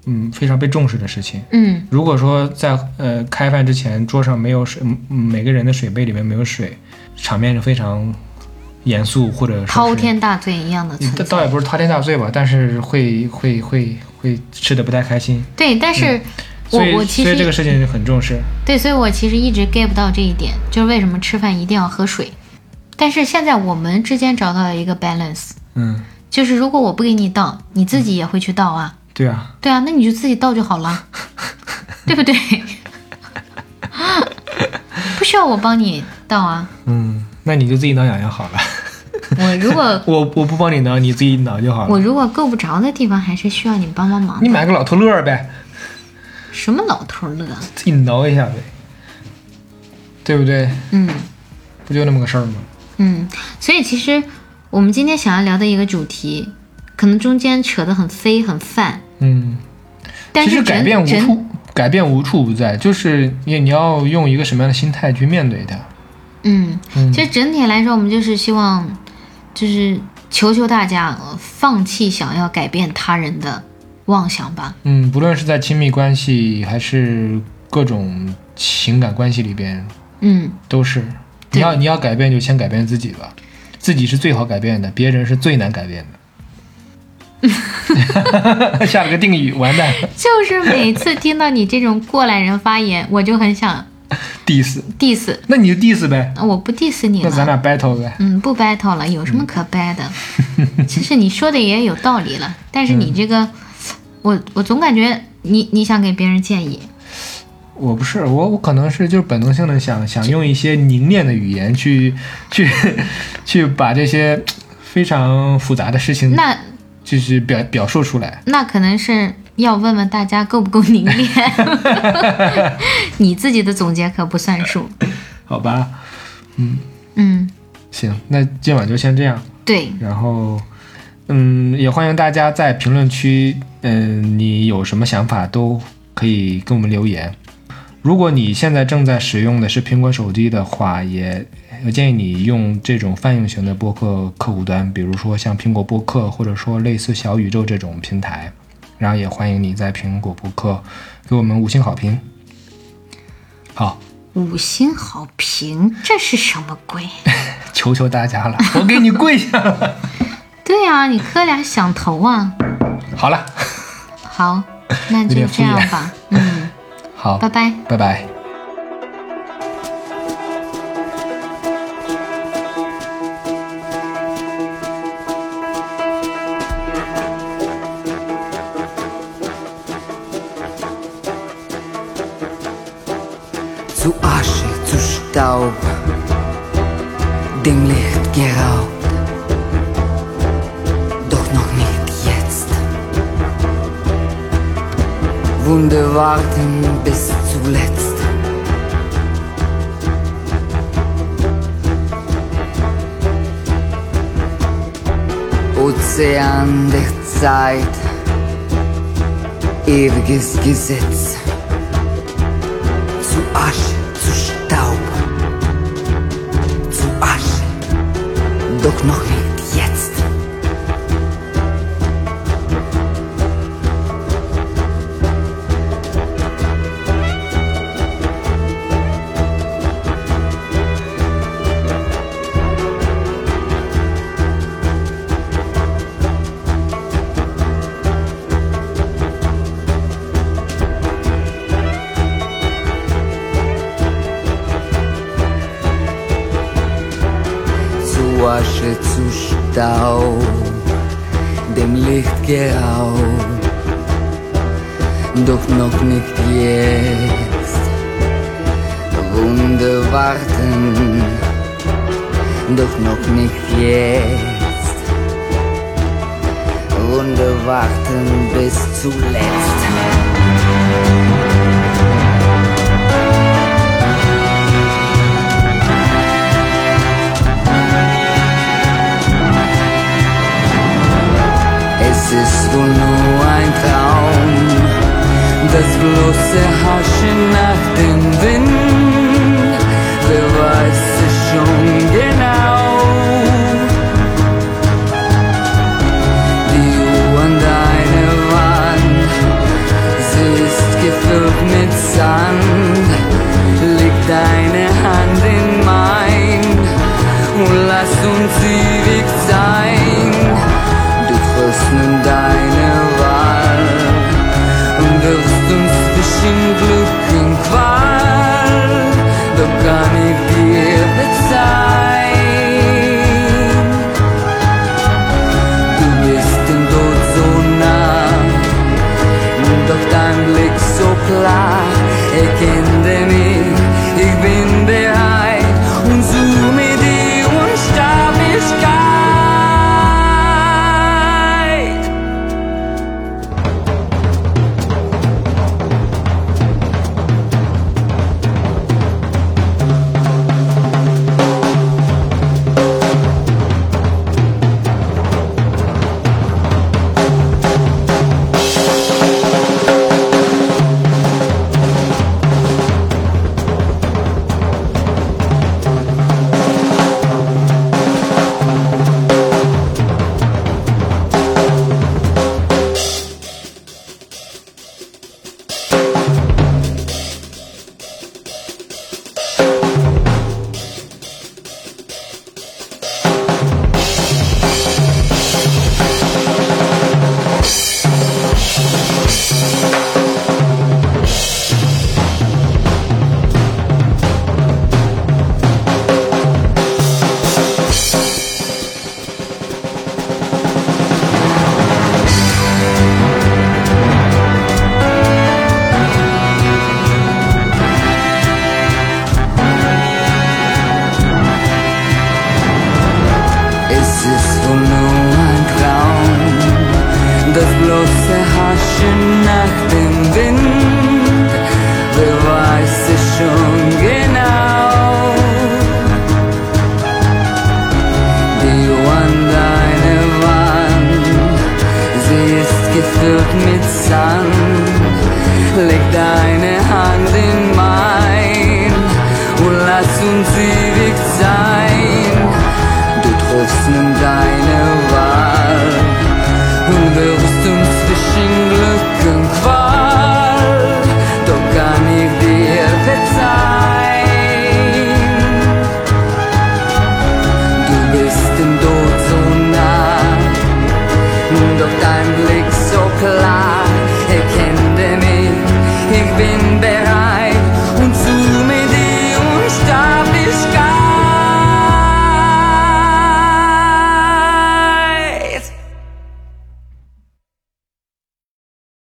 [SPEAKER 3] 嗯，非常被重视的事情。
[SPEAKER 2] 嗯
[SPEAKER 3] 如果说在呃开饭之前桌上没有水，嗯嗯每个人的水杯里面没有水，场面是非常严肃或者说是
[SPEAKER 2] 滔天大罪一样的
[SPEAKER 3] 嗯
[SPEAKER 2] 存
[SPEAKER 3] 倒
[SPEAKER 2] 在。
[SPEAKER 3] 倒也不是滔天大罪吧，但是会会会会吃的不太开心，
[SPEAKER 2] 对，但是我、
[SPEAKER 3] 嗯所以
[SPEAKER 2] 我其
[SPEAKER 3] 所以
[SPEAKER 2] 实
[SPEAKER 3] 这个事情很重视。
[SPEAKER 2] 对，所以我其实一直 get 不到这一点，就是为什么吃饭一定要喝水。但是现在我们之间找到了一个 balance，
[SPEAKER 3] 嗯，
[SPEAKER 2] 就是如果我不给你倒，你自己也会去倒啊。
[SPEAKER 3] 对啊，
[SPEAKER 2] 对啊，那你就自己倒就好了，对不对？ 不需要我帮你倒啊。
[SPEAKER 3] 嗯，那你就自己挠痒 痒好了，
[SPEAKER 2] 我如果
[SPEAKER 3] 我我不帮你挠，你自己挠就好
[SPEAKER 2] 我
[SPEAKER 3] 了。
[SPEAKER 2] 如果够不着的地方，还是需要你帮帮忙
[SPEAKER 3] 你。买个老头乐儿呗。
[SPEAKER 2] 什么老头乐？啊
[SPEAKER 3] 自己挠一下呗，对不对？
[SPEAKER 2] 嗯
[SPEAKER 3] 不就那么个事儿吗？
[SPEAKER 2] 嗯，所以其实我们今天想要聊的一个主题，可能中间扯得很飞很泛，
[SPEAKER 3] 嗯，
[SPEAKER 2] 但
[SPEAKER 3] 其
[SPEAKER 2] 是
[SPEAKER 3] 实
[SPEAKER 2] 人
[SPEAKER 3] 改变无
[SPEAKER 2] 人
[SPEAKER 3] 处，改变无处不在，就是你你要用一个什么样的心态去面对它。
[SPEAKER 2] 嗯，
[SPEAKER 3] 嗯
[SPEAKER 2] 其实整体来说，我们就是希望，就是求求大家呃放弃想要改变他人的妄想吧。
[SPEAKER 3] 嗯，不论是在亲密关系还是各种情感关系里边，
[SPEAKER 2] 嗯，
[SPEAKER 3] 都是你要你要改变就先改变自己吧，自己是最好改变的，别人是最难改变 的。 下了个定语，完蛋
[SPEAKER 2] 就是每次听到你这种过来人发言，我就很想
[SPEAKER 3] ，diss，
[SPEAKER 2] diss，
[SPEAKER 3] 那你就 diss 呗，
[SPEAKER 2] 我不 diss 你
[SPEAKER 3] 那咱
[SPEAKER 2] 了。
[SPEAKER 3] 俩 battle 呗。
[SPEAKER 2] 嗯，不 battle 了，有什
[SPEAKER 3] 嗯
[SPEAKER 2] 么可掰的？ 其实你说的也有道理了，但是
[SPEAKER 3] 嗯
[SPEAKER 2] 你这个，我我总感觉你你想给别人建议，
[SPEAKER 3] 我不是我，我可能是就是本能性的想想用一些凝练的语言去去 去把这些非常复杂的事情
[SPEAKER 2] 那
[SPEAKER 3] 就是表表述出来。
[SPEAKER 2] 那可能是要问问大家够不够凝 练，你自己的总结可不算数。
[SPEAKER 3] 好吧，
[SPEAKER 2] 嗯，
[SPEAKER 3] 行，那今晚就先这样。
[SPEAKER 2] 对，
[SPEAKER 3] 然后，嗯，也欢迎大家在评论区，嗯，你有什么想法都可以跟我们留言。如果你现在正在使用的是苹果手机的话，也我建议你用这种泛用型的播客客户端，比如说像苹果播客，或者说类似小宇宙这种平台。然后也欢迎你在苹果播客给我们五星好评。好，
[SPEAKER 2] 五星好评，这是什么鬼？
[SPEAKER 3] 求求大家了，我给你跪下了。
[SPEAKER 2] 对啊，你磕俩响头啊。
[SPEAKER 3] 好了，
[SPEAKER 2] 好，那
[SPEAKER 3] 有
[SPEAKER 2] 就
[SPEAKER 3] 点敷
[SPEAKER 2] 这样
[SPEAKER 3] 衍
[SPEAKER 2] 吧。嗯，
[SPEAKER 3] 好，
[SPEAKER 2] 拜拜。
[SPEAKER 3] 拜拜。
[SPEAKER 4] zu Asche, zu Staub, dem Licht geraubt. Doch noch nicht jetzt. Wunder warten bis zuletzt. Ozean der Zeit, ewiges Gesetz zu Asche, zu Staub, zu Asche, doch noch nicht jetzt. zu Asche, zu Staub, dem Licht geraubt. Doch noch nicht jetzt, Wunder warten, doch noch nicht jetzt, Wunder warten bis zuletzt. Es ist wohl nur ein Traum, das bloße Hauschen nach dem Wind. genau. uns ewig sein. Du triffst nun deine Wahl und wirfst uns zwischen Glück und Qual. Doch kann ich dir verzeihen. Du bist dem Tod so nah doch dein Blick so klar erkennte mich, ich bin bereit und suche die Unsterblichkeit. Es ist wohl nur ein Traum, das bloße Haschen nach dem Wind. Wer weiß es schon genau? Die Uhr an deine Wand, sie ist gefüllt mit Sand. Leg deine Hand in meine.